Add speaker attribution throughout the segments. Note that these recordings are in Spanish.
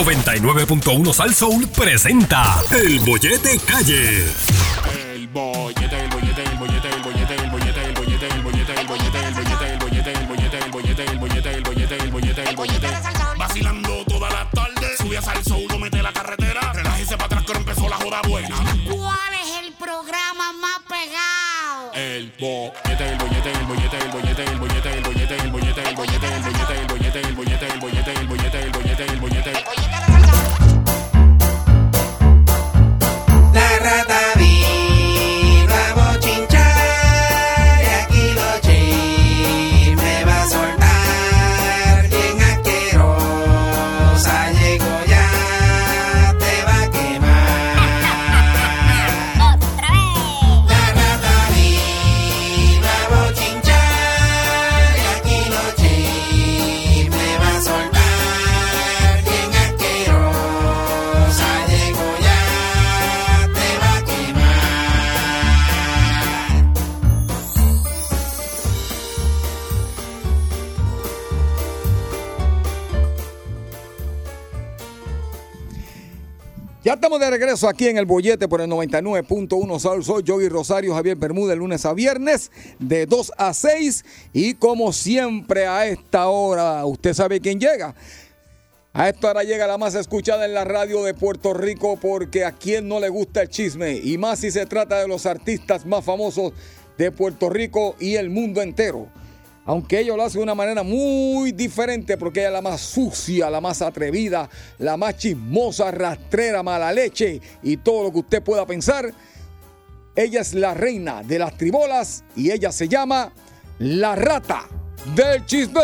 Speaker 1: 99.1 Sal Soul presenta El Bollete Calle.
Speaker 2: El bollete, el bollete, el bollete, el bollete, el bollete, el bollete, el bollete, el bollete, el bollete, el bollete, el bollete, el bollete, el bollete, el bollete, el bollete, el bollete. Vacilando toda la tarde, subí a Salso, uno mete la carretera, relájese para atrás que ahora empezó la joda buena.
Speaker 3: ¿Cuál es el programa más pegado?
Speaker 2: El bollete, el bollete, el bollete, el bollete, el bollete, el bollete, el bollete, el bollete, el bollete, el bollete, el bollete, el bollete, el bollete, el bollete, el bollete.
Speaker 4: La rata viva bochinchar y aquí los chismes va a soltar. Bien asquerosa llegó ya, te va a quemar.
Speaker 3: Otra vez.
Speaker 4: La rata viva bochinchar y aquí los chismes va a soltar. Bien asquerosa llegó ya, te va a quemar.
Speaker 5: Ya estamos de regreso aquí en el bollete por el 99.1 Sol. Soy Yogi Rosario, Javier Bermúdez, lunes a viernes de 2 a 6. Y como siempre a esta hora, usted sabe quién llega. A esta hora llega la más escuchada en la radio de Puerto Rico porque a quien no le gusta el chisme y más si se trata de los artistas más famosos de Puerto Rico y el mundo entero. Aunque ellos lo hacen de una manera muy diferente porque ella es la más sucia, la más atrevida, la más chismosa, rastrera, mala leche y todo lo que usted pueda pensar. Ella es la reina de las tribolas y ella se llama la rata del chisme.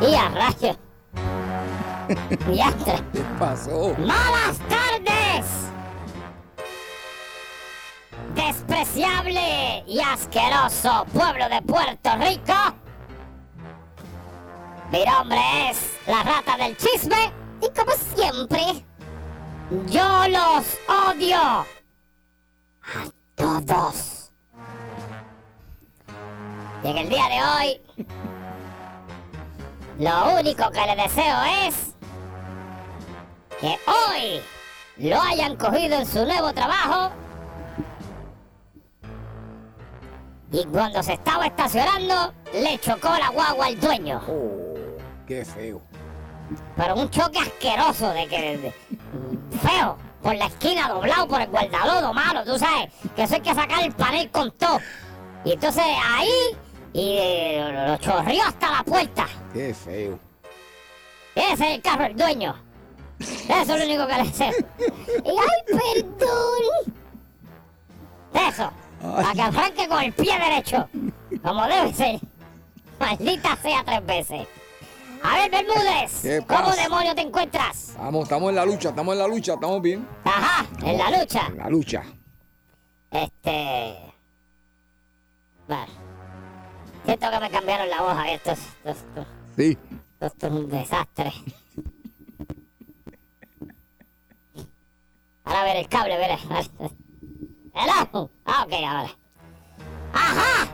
Speaker 6: Y a rayo. Diastre.
Speaker 5: ¿Qué pasó?
Speaker 6: ¡Malas tardes! Despreciable y asqueroso pueblo de Puerto Rico. Mi nombre es la rata del chisme y como siempre, yo los odio a todos. Y en el día de hoy, lo único que le deseo es que hoy lo hayan cogido en su nuevo trabajo y cuando se estaba estacionando le chocó la guagua al dueño.
Speaker 5: Oh, qué feo.
Speaker 6: Pero un choque asqueroso de que... de- feo. Por la esquina doblado por el guardalodo malo, tú sabes. Que eso hay que sacar el panel con todo. Y entonces ahí... Y eh, lo- lo chorrió hasta la puerta.
Speaker 5: Qué feo.
Speaker 6: Ese es el carro, el dueño. Eso es lo único que le sé. Y, ay, perdón. Eso. Para que arranque con el pie derecho. Como debe ser. Maldita sea tres veces. A ver,
Speaker 5: ¿Qué
Speaker 6: Bermúdez. ¿Cómo
Speaker 5: pasa?
Speaker 6: demonio te encuentras?
Speaker 5: Vamos, estamos en la lucha, estamos en la lucha, estamos bien.
Speaker 6: Ajá, en la lucha.
Speaker 5: En la lucha.
Speaker 6: Este. Bueno. Siento que me cambiaron la hoja. Esto es- esto es- esto es-
Speaker 5: Sí.
Speaker 6: Esto es un desastre. Ahora ver el cable, veré. ¡Hello! Ah, ok, ahora. ¡Ajá!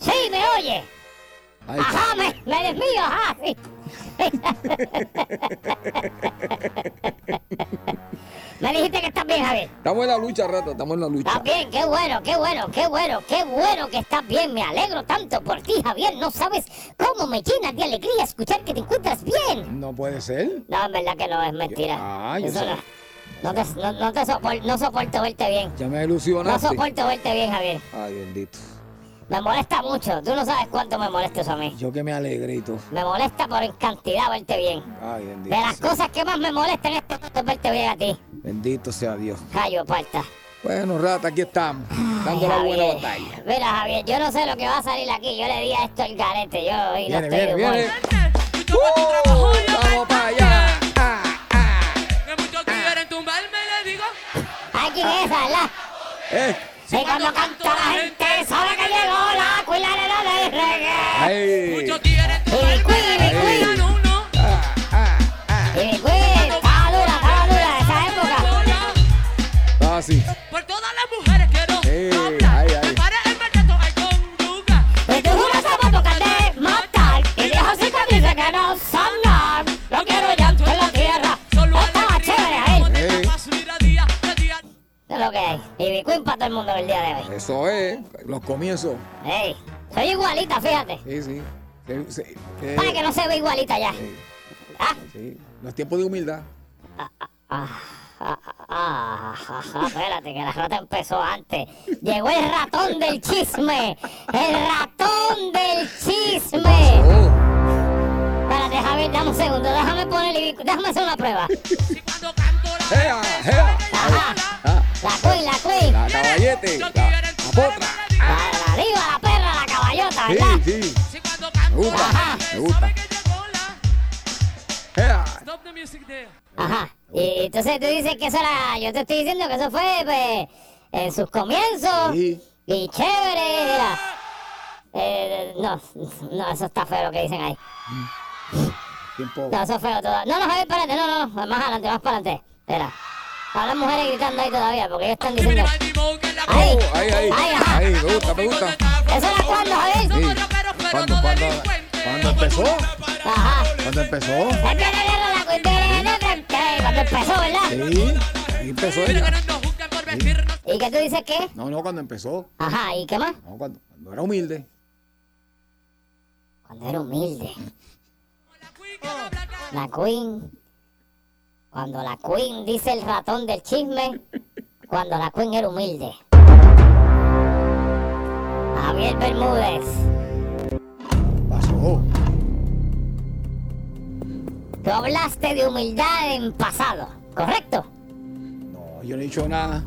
Speaker 6: ¡Sí, me oye!
Speaker 5: Ahí está.
Speaker 6: ¡Ajá, me, me desvío! ¡Ajá, sí! me dijiste que estás bien, Javier.
Speaker 5: Estamos en la lucha, rata, estamos en la lucha.
Speaker 6: Estás bien, qué bueno, qué bueno, qué bueno, qué bueno que estás bien. Me alegro tanto por ti, Javier. No sabes cómo me llena de alegría escuchar que te encuentras bien.
Speaker 5: No puede ser.
Speaker 6: No, en verdad que no, es mentira.
Speaker 5: Ah, yo
Speaker 6: Eso
Speaker 5: sé.
Speaker 6: no, no te, no, no te sopor- no soporto verte bien.
Speaker 5: Ya me
Speaker 6: No
Speaker 5: ilusionaste.
Speaker 6: soporto verte bien, Javier.
Speaker 5: Ay, bendito.
Speaker 6: Me molesta mucho. Tú no sabes cuánto me molesta eso a mí.
Speaker 5: Yo que me alegrito.
Speaker 6: Me molesta por en cantidad verte bien.
Speaker 5: Ay,
Speaker 6: De
Speaker 5: bendito.
Speaker 6: las
Speaker 5: sea-
Speaker 6: cosas que más me molestan en este mundo es verte bien a ti.
Speaker 5: Bendito sea Dios.
Speaker 6: Rayo, parta.
Speaker 5: Bueno, rata, aquí estamos.
Speaker 6: Ay,
Speaker 5: Dando la buena
Speaker 6: Javier.
Speaker 5: batalla.
Speaker 6: Mira, Javier, yo no sé lo que va a salir aquí. Yo le di a esto el garete. Yo hoy no
Speaker 5: Viene,
Speaker 6: estoy
Speaker 5: viene,
Speaker 6: de humor.
Speaker 5: viene. ¡Uh! Vamos para allá. Ah, ah.
Speaker 7: Que muchos quieren tumbarme, le digo.
Speaker 6: Ay, ¿quién es esa, verdad?
Speaker 5: Eh.
Speaker 6: Sí, cuando canta la gente sabe que llegó la cuilarera del reggae.
Speaker 5: Ay.
Speaker 7: Muchos quieren
Speaker 6: Y mi
Speaker 7: tumbarme,
Speaker 6: cuí, mi
Speaker 7: le
Speaker 6: cuí.
Speaker 7: digan uno.
Speaker 5: Ah, ah.
Speaker 6: Y mi cuí, está dura, está
Speaker 5: Ah, Eh,
Speaker 6: todo el mundo en el día de hoy.
Speaker 5: Eso es, los comienzos.
Speaker 6: Ey, soy igualita, fíjate.
Speaker 5: Sí, sí. Se- se- eh,
Speaker 6: Para que no se ve igualita ya. Ah,
Speaker 5: sí. Los tiempos de humildad.
Speaker 6: ah, ah, ah, ah, espérate, que la rata empezó antes. Llegó el ratón del chisme. El ratón del chisme.
Speaker 5: Oh,
Speaker 6: Espérate, Javier, dame un segundo. Déjame poner y déjame hacer una prueba.
Speaker 4: Si cuando canto la
Speaker 5: ¡Ea,
Speaker 4: gente
Speaker 5: ea!
Speaker 4: sabe que yo
Speaker 6: Ajá.
Speaker 4: la-
Speaker 6: La queen, la queen.
Speaker 5: la caballete, la,
Speaker 4: Yo quiero
Speaker 5: la potra.
Speaker 6: La, la diva, la perra, la caballota,
Speaker 5: Sí,
Speaker 6: ¿verdad?
Speaker 5: sí.
Speaker 4: Si cuando canto
Speaker 5: Me gusta,
Speaker 4: la
Speaker 5: me
Speaker 4: gente
Speaker 5: gusta.
Speaker 4: sabe que llegó la-
Speaker 5: ¡Ea!
Speaker 4: Stop the music there.
Speaker 6: Ajá. Y entonces tú dices que eso era. Yo te estoy diciendo que eso fue pues, en sus comienzos.
Speaker 5: Sí.
Speaker 6: Y chévere. era. Eh, no, no, eso está feo lo que dicen ahí.
Speaker 5: Tiempo.
Speaker 6: No, eso es feo todo. No, no, Javier, espérate, no, no, no. Más adelante, más para adelante. Espera. Hablan mujeres gritando ahí todavía porque ellos están
Speaker 4: Jimmy
Speaker 6: diciendo.
Speaker 4: Baltimore, que la-
Speaker 6: Ahí.
Speaker 5: Ahí, ahí.
Speaker 6: Ahí, ajá.
Speaker 5: Ahí, me gusta, me gusta.
Speaker 6: ¿Eso era cuándo, Javier?
Speaker 4: Somos
Speaker 5: Sí.
Speaker 4: rockeros, pero
Speaker 5: ¿Cuándo,
Speaker 4: no
Speaker 5: cuándo,
Speaker 4: delincuentes.
Speaker 5: cuándo empezó?
Speaker 6: Ajá.
Speaker 5: ¿Cuándo empezó?
Speaker 6: Es que la guerra la cuestión es otra. Cuando empezó, ¿verdad?
Speaker 5: Sí, ahí empezó
Speaker 4: Pero que
Speaker 5: ella.
Speaker 4: no nos juzguen por vestirnos.
Speaker 6: ¿Y qué tú dices qué?
Speaker 5: No, no, cuando empezó.
Speaker 6: Ajá, ¿y qué más?
Speaker 5: No, cuando, cuando era humilde.
Speaker 6: Cuando era humilde.
Speaker 4: La queen que no habla nada.
Speaker 6: La Queen. Cuando la Queen dice el ratón del chisme. Cuando la Queen era humilde. Javier Bermúdez.
Speaker 5: Pasó.
Speaker 6: Tú hablaste de humildad en pasado, ¿correcto?
Speaker 5: No, yo no he dicho nada.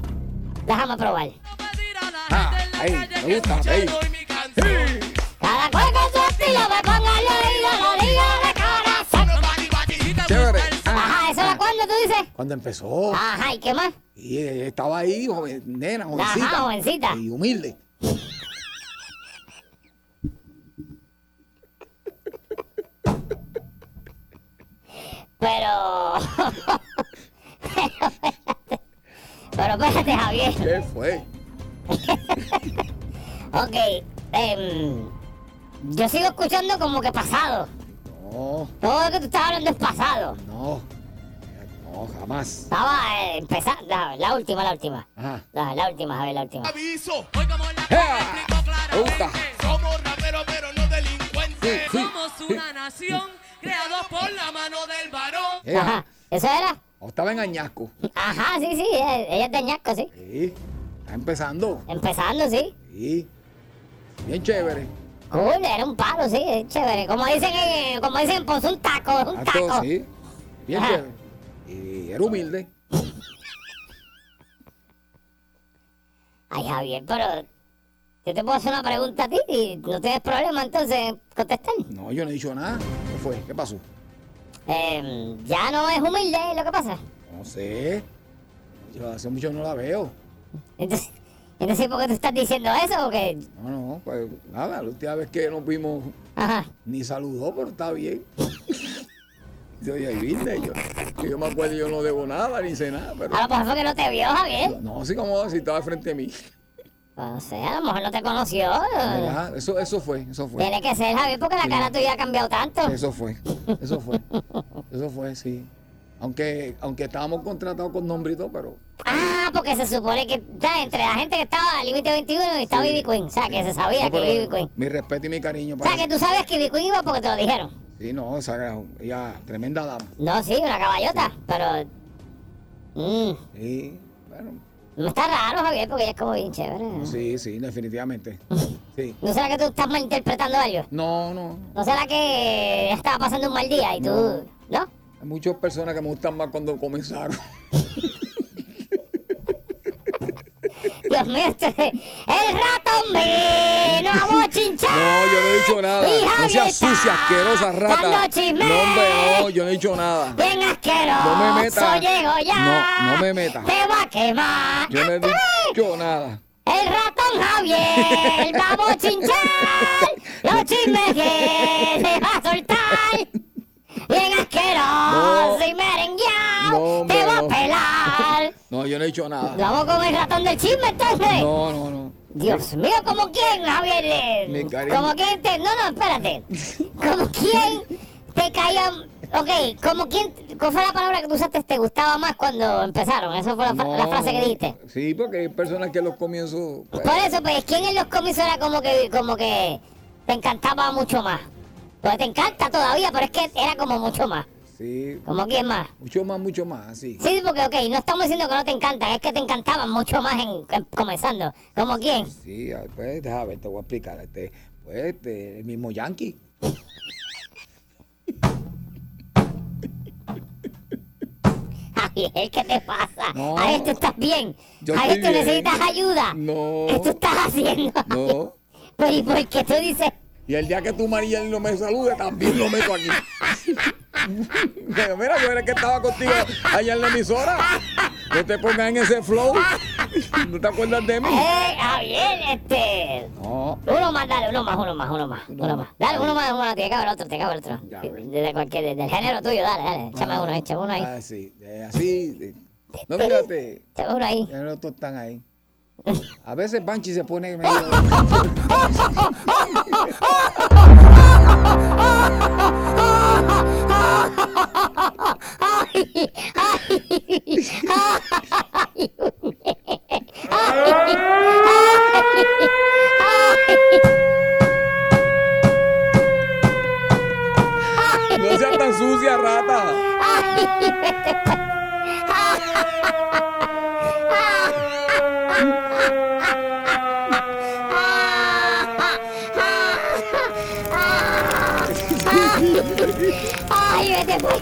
Speaker 6: Déjame probar.
Speaker 4: Me dirá la
Speaker 5: Ah,
Speaker 4: gente en la
Speaker 5: ahí,
Speaker 4: calle
Speaker 5: me
Speaker 4: que
Speaker 5: gusta,
Speaker 4: escucha
Speaker 5: ahí.
Speaker 4: el hoy mi canción.
Speaker 6: Cada cual con su estilo me ponga al oído, lo digo de corazón.
Speaker 4: Y te
Speaker 5: Chévere. Ah. Oh.
Speaker 4: gusta el
Speaker 6: Ajá, ¿eso era cuando tú dices?
Speaker 5: Cuando empezó.
Speaker 6: Ajá, ¿y qué más?
Speaker 5: Y ella estaba ahí, joven, nena,
Speaker 6: Ah. Ajá,
Speaker 5: jovencita.
Speaker 6: jovencita.
Speaker 5: Y humilde.
Speaker 6: Pero... Pero espérate, Javier.
Speaker 5: ¿Qué fue?
Speaker 6: Ok, em, yo sigo escuchando como que pasado.
Speaker 5: No,
Speaker 6: Todo lo que tú estás hablando es pasado.
Speaker 5: no. No, jamás.
Speaker 6: Estaba eh, empezando. La, la última, la última.
Speaker 5: Ajá.
Speaker 6: La, la última, Javier, la última.
Speaker 8: Aviso,
Speaker 4: Hoy como la
Speaker 5: Ea.
Speaker 4: explico
Speaker 5: Me gusta.
Speaker 4: claramente.
Speaker 8: somos raperos pero no delincuentes.
Speaker 5: Sí.
Speaker 4: Somos una nación creados por la mano del varón.
Speaker 5: Ella,
Speaker 6: Ajá. ¿Eso era?
Speaker 5: o estaba en añasco.
Speaker 6: Ajá, sí, sí. eh, Ella es de ñasco, sí.
Speaker 5: Sí. Está empezando.
Speaker 6: Empezando, sí.
Speaker 5: Sí. Bien chévere.
Speaker 6: Cool, era un palo, sí. es Chévere. Como dicen, eh, como dicen, pues un taco, un
Speaker 5: Alto,
Speaker 6: taco.
Speaker 5: Ah, sí. Bien
Speaker 6: Ajá.
Speaker 5: chévere. Y era humilde.
Speaker 6: Ay, Javier, pero. Yo te puedo hacer una pregunta a ti y no tienes problema entonces en contestar.
Speaker 5: No, yo no he dicho nada. ¿Qué fue? ¿Qué pasó?
Speaker 6: Em, ya no es humilde lo que pasa.
Speaker 5: No sé. Yo hace mucho no la veo.
Speaker 6: Entonces, entonces, ¿por qué tú estás diciendo eso? Porque,
Speaker 5: No, no, pues nada, la última vez que nos vimos
Speaker 6: ajá,
Speaker 5: ni saludó, pero está bien. Yo dije, "Ay, viste, yo, que yo me acuerdo, yo no debo nada, ni sé nada, pero.
Speaker 6: a lo mejor fue que no te vio, Javier.
Speaker 5: No, así como si estaba frente a mí.
Speaker 6: Pues No sé, a lo mejor no te conoció.
Speaker 5: ¿Verdad? Eso, eso fue, eso fue.
Speaker 6: Tiene que ser, Javier, porque la cara tuya ha cambiado tanto.
Speaker 5: Eso fue, eso fue. Eso fue, sí. Aunque, aunque estábamos contratados con nombre y todo, pero.
Speaker 6: Ah, porque se supone que está entre la gente que estaba al límite 21 y estaba Ivy Queen. O sea, que se sabía
Speaker 5: No,
Speaker 6: que
Speaker 5: pero
Speaker 6: Ivy Queen.
Speaker 5: mi respeto y mi cariño
Speaker 6: O
Speaker 5: para.
Speaker 6: sea, que tú sabes que Ivy Queen iba porque te lo dijeron.
Speaker 5: Sí, no, esa ya, tremenda dama.
Speaker 6: No, sí, una caballota, pero... mm,
Speaker 5: Sí, bueno,
Speaker 6: no está raro, Javier, porque ella es como bien chévere. ¿no?
Speaker 5: sí, sí, definitivamente. Sí.
Speaker 6: ¿No será que tú estás malinterpretando algo?
Speaker 5: No, no,
Speaker 6: ¿No será que ella estaba pasando un mal día y tú... ¿No?
Speaker 5: Hay muchas personas que me gustan más cuando comenzaron.
Speaker 6: Dios mío, este el ratón vino a bochinchar.
Speaker 5: No, yo no he dicho nada.
Speaker 6: Y
Speaker 5: No
Speaker 6: Javier
Speaker 5: seas
Speaker 6: está
Speaker 5: sucia, asquerosa rata.
Speaker 6: dando
Speaker 5: No,
Speaker 6: chisme.
Speaker 5: hombre, no, yo no he dicho nada.
Speaker 6: Bien asqueroso.
Speaker 5: No me meta.
Speaker 6: Llego ya.
Speaker 5: No, no me meta.
Speaker 6: Te va a quemar.
Speaker 5: Yo no he
Speaker 6: Hasta
Speaker 5: dicho nada.
Speaker 6: El ratón Javier va a bochinchar. Los chismes que se va a soltar. Bien asqueroso
Speaker 5: No.
Speaker 6: y
Speaker 5: No,
Speaker 6: merengueado.
Speaker 5: hombre,
Speaker 6: Te va
Speaker 5: no.
Speaker 6: a pelar.
Speaker 5: No, yo no he dicho nada.
Speaker 6: Vamos con el ratón del chisme entonces.
Speaker 5: No, no, no.
Speaker 6: Dios mío, ¿como quién, Javier? Eh,
Speaker 5: Mi cariño.
Speaker 6: ¿Como quién te.? No, no, espérate. ¿Como quién te caía Ok, ¿cómo quién, ¿cuál fue la palabra que tú usaste te gustaba más cuando empezaron? Esa fue la, fa- la frase que dijiste.
Speaker 5: Sí, porque hay personas que a los comienzos. pues,
Speaker 6: Por eso, pues, ¿quién en los cómics era como que, como que te encantaba mucho más? Pues te encanta todavía, pero es que era como mucho más.
Speaker 5: sí,
Speaker 6: ¿Como quién más?
Speaker 5: mucho más, mucho más, sí.
Speaker 6: Sí, porque, ok, no estamos diciendo que no te encantan, es que te encantaban mucho más en, en- comenzando. ¿Como quién?
Speaker 5: Sí, ah, pues, déjame ver, te voy a explicar. Este, pues, este, el mismo Yankee.
Speaker 6: Javier, ¿eh? ¿qué te pasa?
Speaker 5: No.
Speaker 6: Javier, tú estás bien.
Speaker 5: Yo
Speaker 6: Javier, tú
Speaker 5: estoy bien. Mm.
Speaker 6: necesitas ayuda.
Speaker 5: No.
Speaker 6: ¿Qué tú estás haciendo?
Speaker 5: No.
Speaker 6: Pero ¿y por qué tú dices?
Speaker 5: Y el día que tu María no me salude, también lo meto aquí. Pero mira, yo era el que estaba contigo allá en la emisora. No te pongas en ese flow. ¿No te acuerdas de mí?
Speaker 6: Eh, Javier, este.
Speaker 5: No.
Speaker 6: Uno más, dale, uno más, uno más, uno más, uno, más. Dale, uno más, uno más, te cago el otro, te cago el otro.
Speaker 5: Ya, ves.
Speaker 6: Desde cualquier, desde el género tuyo, dale, dale. Échame uno ahí, échame uno ahí.
Speaker 5: Así, eh, así. eh. No, fíjate.
Speaker 6: Échame uno ahí.
Speaker 5: Ya los otros están ahí. A veces Banshee se pone medio... No seas tan sucia, rata.
Speaker 6: Ay, vete, pues.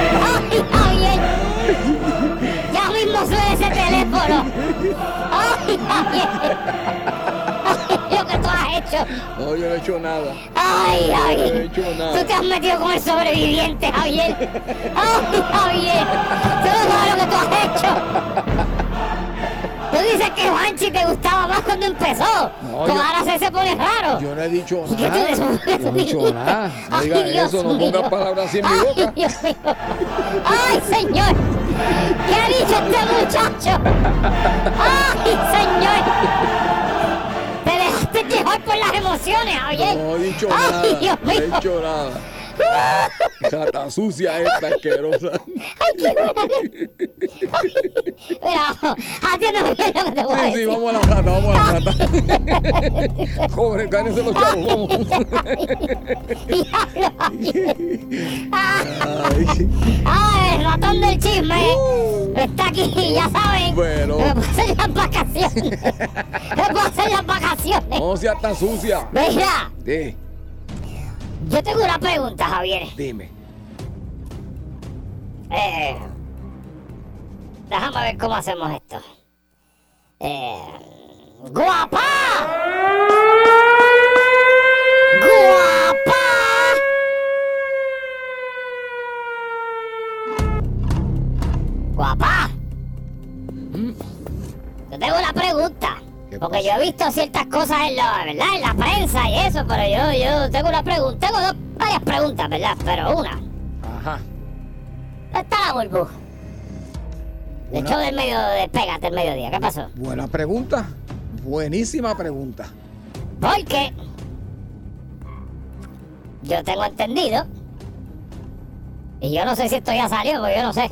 Speaker 6: Ay, Javier. Ya mismo suena ese teléfono. Ay, Javier. Ay, lo que tú has hecho.
Speaker 5: No, yo no he hecho nada.
Speaker 6: Ay,
Speaker 5: No he
Speaker 6: Javier.
Speaker 5: hecho nada.
Speaker 6: Tú te has metido con el sobreviviente, Javier. Ay, Javier. Tú no sabes lo que tú has hecho. Tú dices que Banshee te gustaba más cuando empezó.
Speaker 5: No,
Speaker 6: Pero
Speaker 5: yo-
Speaker 6: ahora se, se pone raro.
Speaker 5: Yo no he dicho
Speaker 6: ¿Y qué tú
Speaker 5: nada.
Speaker 6: eres un-
Speaker 5: Yo no he dicho nada. No
Speaker 6: Ay,
Speaker 5: digas
Speaker 6: Dios
Speaker 5: eso, no
Speaker 6: mío.
Speaker 5: pongas palabras así en mi boca.
Speaker 6: Ay, Dios mío. Ay, señor. ¿Qué ha dicho este muchacho? Ay, señor. Te dejaste llevar por las emociones, Javier.
Speaker 5: No he dicho nada.
Speaker 6: Ay, Dios
Speaker 5: No he
Speaker 6: mío.
Speaker 5: dicho nada. Rata sucia esta asquerosa.
Speaker 6: Mira, atiéndeme bien lo que te voy a
Speaker 5: Sí, sí,
Speaker 6: decir.
Speaker 5: vamos a la rata, vamos a la rata. Joder, cállense los chavos, vamos.
Speaker 6: Diablo, Javier.
Speaker 5: Ay, Uh.
Speaker 6: Ay, el ratón del chisme. Está aquí, ya saben.
Speaker 5: Bueno.
Speaker 6: Me pasan las vacaciones. Me pasan las vacaciones.
Speaker 5: no seas tan sucia.
Speaker 6: Mira,
Speaker 5: Sí,
Speaker 6: yo tengo una pregunta, Javier.
Speaker 5: dime.
Speaker 6: Eh, déjame ver cómo hacemos esto. Eh, ¡Guapa! ¡Guapa! ¡Guapa! Yo tengo una pregunta.
Speaker 5: ¿Qué
Speaker 6: Porque yo
Speaker 5: pasa?
Speaker 6: he visto ciertas cosas en la, ¿verdad? en la prensa y eso, pero yo, yo tengo una pregunta. Tengo dos, varias preguntas, ¿verdad? Pero una.
Speaker 5: Ajá.
Speaker 6: ¿Dónde está la burbuja? De hecho, del medio, despégate el mediodía. ¿Qué pasó?
Speaker 5: Buena pregunta. Buenísima pregunta.
Speaker 6: Porque yo tengo entendido, y yo no sé si esto ya salió, porque yo no sé.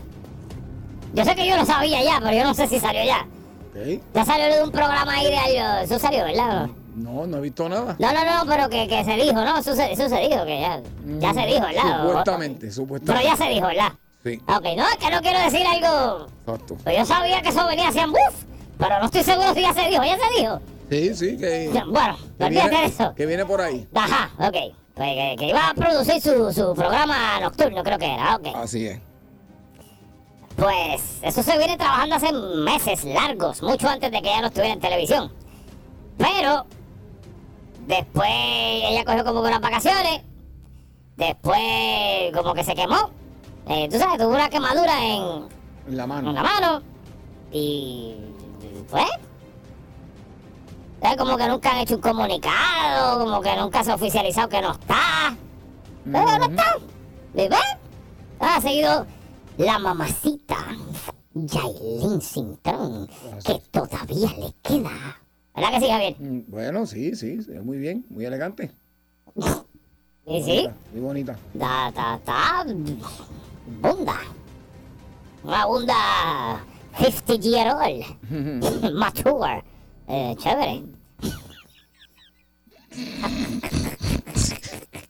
Speaker 6: Yo sé que yo lo sabía ya, pero yo no sé si salió ya.
Speaker 5: ¿Ok?
Speaker 6: Ya salió de un programa ahí de algo. Eso salió, ¿verdad?
Speaker 5: No, no he visto nada.
Speaker 6: No, no, no, pero que, que se dijo, ¿no? Eso se, eso se dijo, que ya, ya se dijo, ¿verdad? O-
Speaker 5: Supuestamente,
Speaker 6: Pero
Speaker 5: supuestamente.
Speaker 6: ya se dijo, ¿verdad?
Speaker 5: Sí,
Speaker 6: Ah, Ok, no, es que no quiero decir algo
Speaker 5: exacto.
Speaker 6: Pues yo sabía que eso venía hacia Buff, pero no estoy seguro si ya se dijo, ya se dijo.
Speaker 5: Sí, sí, que,
Speaker 6: Ya, Bueno,
Speaker 5: que,
Speaker 6: olvídate de
Speaker 5: viene,
Speaker 6: eso.
Speaker 5: que viene por ahí.
Speaker 6: Ajá, ok. Pues que, que iba a producir su, su programa nocturno, creo que era, ok.
Speaker 5: Así es.
Speaker 6: Pues eso se viene trabajando hace meses largos, mucho antes de que ella no estuviera en televisión. Pero después ella cogió como que unas vacaciones, después como que se quemó. eh, tú sabes, tuve una quemadura en,
Speaker 5: En la
Speaker 6: en
Speaker 5: mano.
Speaker 6: la mano y pues ¿sabes? como que nunca han hecho un comunicado como que nunca se ha oficializado que no está
Speaker 5: Mm-hmm.
Speaker 6: Pero no está ¿Y ves? ha seguido la mamacita Yailin Cintrón que todavía le queda ¿verdad que sí Javier?
Speaker 5: Mm, Bueno, sí, sí, sí, muy bien, muy elegante.
Speaker 6: y sí
Speaker 5: Muy bonita.
Speaker 6: da, da, da bunda una bunda 50 year old mature eh, chévere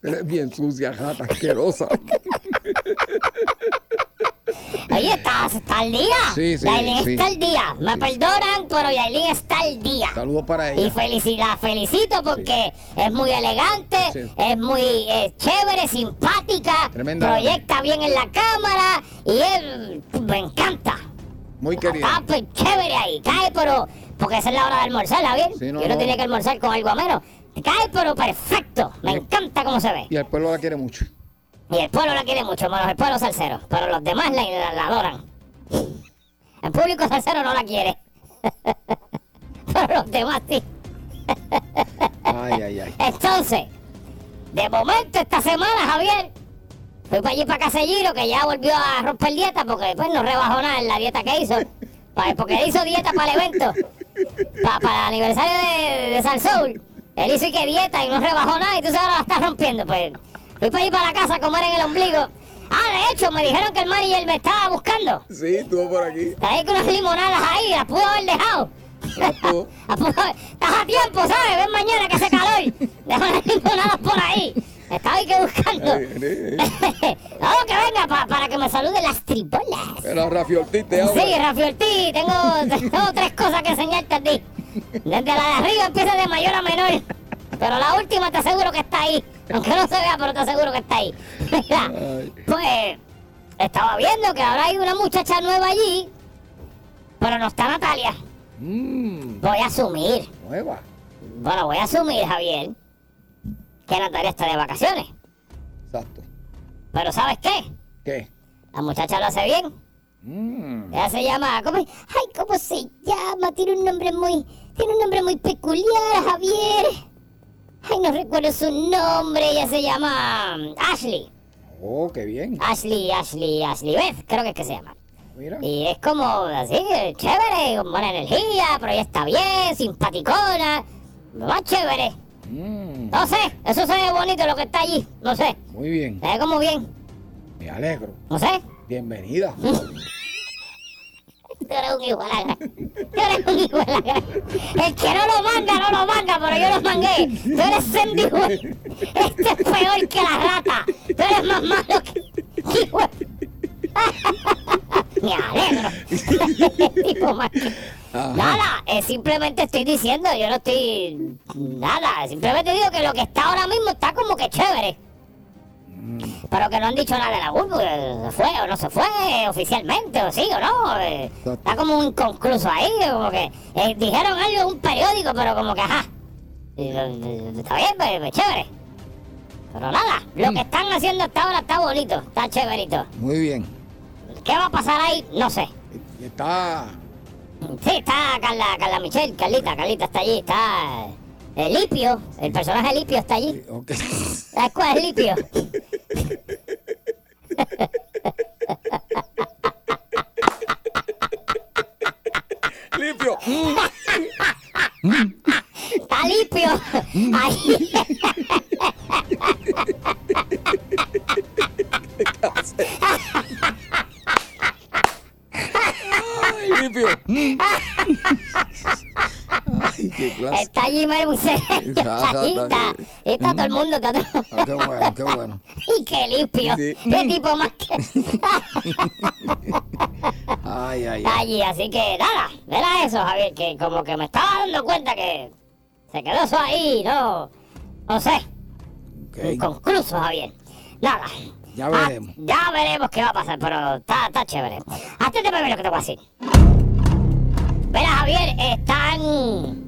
Speaker 5: Eres bien sucia, rata asquerosa.
Speaker 6: Oye, estás, está al día.
Speaker 5: Sí, sí,
Speaker 6: Yailin
Speaker 5: sí.
Speaker 6: está al día. Me perdonan, pero Yailin está al día.
Speaker 5: Saludos para
Speaker 6: Y
Speaker 5: ella.
Speaker 6: felici- la felicito porque es muy elegante,
Speaker 5: Sí.
Speaker 6: es muy eh, chévere, simpática,
Speaker 5: Tremenda.
Speaker 6: proyecta bien en la cámara y él me encanta.
Speaker 5: Muy
Speaker 6: Está
Speaker 5: querida.
Speaker 6: pues, chévere ahí, cae pero... Porque esa es la hora de almorzar, Javier.
Speaker 5: Sí, no,
Speaker 6: Yo no,
Speaker 5: no.
Speaker 6: tenía que almorzar con algo ameno. Cae pero perfecto. Me encanta cómo se ve.
Speaker 5: Y el pueblo la quiere mucho.
Speaker 6: Y el pueblo la quiere mucho, menos el pueblo salsero. Pero los demás la, la- la adoran. El público salsero no la quiere. Pero los demás sí.
Speaker 5: Ay, ay, ay.
Speaker 6: Entonces, de momento esta semana, Javier, fui para allí para Caselliro, que ya volvió a romper dieta porque después no rebajó nada en la dieta que hizo. Pa- Porque él hizo dieta para el evento, pa- para el aniversario de, de Salsoul. Él hizo y que dieta y no rebajó nada y tú sabes, ahora la está rompiendo. Pues fui para allí para la casa a comer en el ombligo. Ah, de hecho, me dijeron que el manager me estaba buscando.
Speaker 5: Sí, estuvo por aquí.
Speaker 6: Traí con unas limonadas ahí, las pudo haber dejado.
Speaker 5: Exacto.
Speaker 6: Las pudo haber- Estás a tiempo, ¿sabes? Ven mañana que hace calor. Deja unas limonadas por ahí. Estaba ahí que buscando.
Speaker 5: Ay, eh, eh.
Speaker 6: Vamos que venga pa- para que me saluden las tribolas.
Speaker 5: Era Rafi Ortiz, te habla.
Speaker 6: Sí, Rafi Ortiz, tengo, tengo tres cosas que enseñarte a ti. Desde la de arriba empieza de mayor a menor. Pero la última te aseguro que está ahí. Aunque no se vea, pero te aseguro que está ahí. Mira,
Speaker 5: Ay.
Speaker 6: pues estaba viendo que ahora hay una muchacha nueva allí. Pero no está Natalia.
Speaker 5: Mm,
Speaker 6: Voy a asumir.
Speaker 5: nueva.
Speaker 6: Bueno, voy a asumir, Javier, que Natalia está de vacaciones.
Speaker 5: Exacto.
Speaker 6: Pero ¿sabes qué?
Speaker 5: ¿Qué?
Speaker 6: La muchacha lo hace bien.
Speaker 5: Mm,
Speaker 6: Ella se llama, ¿cómo? es? Ay, ¿cómo se llama? Tiene un nombre muy, tiene un nombre muy peculiar, Javier. Ay, no recuerdo su nombre. Ella se llama mm, Ashley.
Speaker 5: Oh, qué bien.
Speaker 6: Ashley, Ashley, Ashley Beth, creo que es que se llama.
Speaker 5: Mira.
Speaker 6: Y es como así, eh, chévere, con buena energía, pero ella está bien, simpaticona. Más chévere.
Speaker 5: Mm,
Speaker 6: No sé, eso se ve bonito lo que está allí. No sé,
Speaker 5: muy bien.
Speaker 6: se ve como bien.
Speaker 5: Me alegro.
Speaker 6: ¿Eh? No sé. Mm,
Speaker 5: Bienvenida.
Speaker 6: Tú eres un hijo de la gran. Tú eres un hijo de la gran. El que no lo manga, no lo manga, pero yo lo mangué. Tú eres sandijuel. Este es peor que la rata. Tú eres más malo que. hijo de- Me alegro. tipo más que- Nada, eh, simplemente estoy diciendo, yo no estoy. Nada, simplemente digo que lo que está ahora mismo está como que chévere. Pero que no han dicho nada de la urbe, se fue o no se fue eh, oficialmente, o sí o no. eh, está como un inconcluso ahí, eh, como que eh, dijeron algo en un periódico, pero como que ajá. Y, eh, Está bien, pues, pues, chévere. Pero nada, lo que están haciendo hasta ahora está bonito, está chéverito.
Speaker 5: Muy bien.
Speaker 6: ¿Qué va a pasar ahí? No sé.
Speaker 5: Y Está.
Speaker 6: Sí, está Carla, Carla Michelle, Carlita, Carlita está allí, está eh, Lipio, el personaje Lipio está allí.
Speaker 5: Ok.
Speaker 6: ¿Sabes cuál es Lipio?
Speaker 5: Limpio.
Speaker 6: Está Lipio ahí.
Speaker 5: Ay, limpio. Mm. Ay, qué clase.
Speaker 6: Está allí Mel Bucet, está allí, está, está todo el mundo, está todo
Speaker 5: Ah, qué bueno, qué bueno.
Speaker 6: Y qué limpio,
Speaker 5: Sí.
Speaker 6: qué tipo más que
Speaker 5: Ay, ay,
Speaker 6: está
Speaker 5: ay.
Speaker 6: allí. Así que nada, era eso, Javier, que como que me estaba dando cuenta que se quedó eso ahí, no, no sé,
Speaker 5: Ok.
Speaker 6: inconcluso, Javier. Nada.
Speaker 5: Ya
Speaker 6: Ah,
Speaker 5: veremos.
Speaker 6: ya veremos qué va a pasar, pero está, está chévere. Hasta ver lo que te voy a decir. Verá, Javier, están...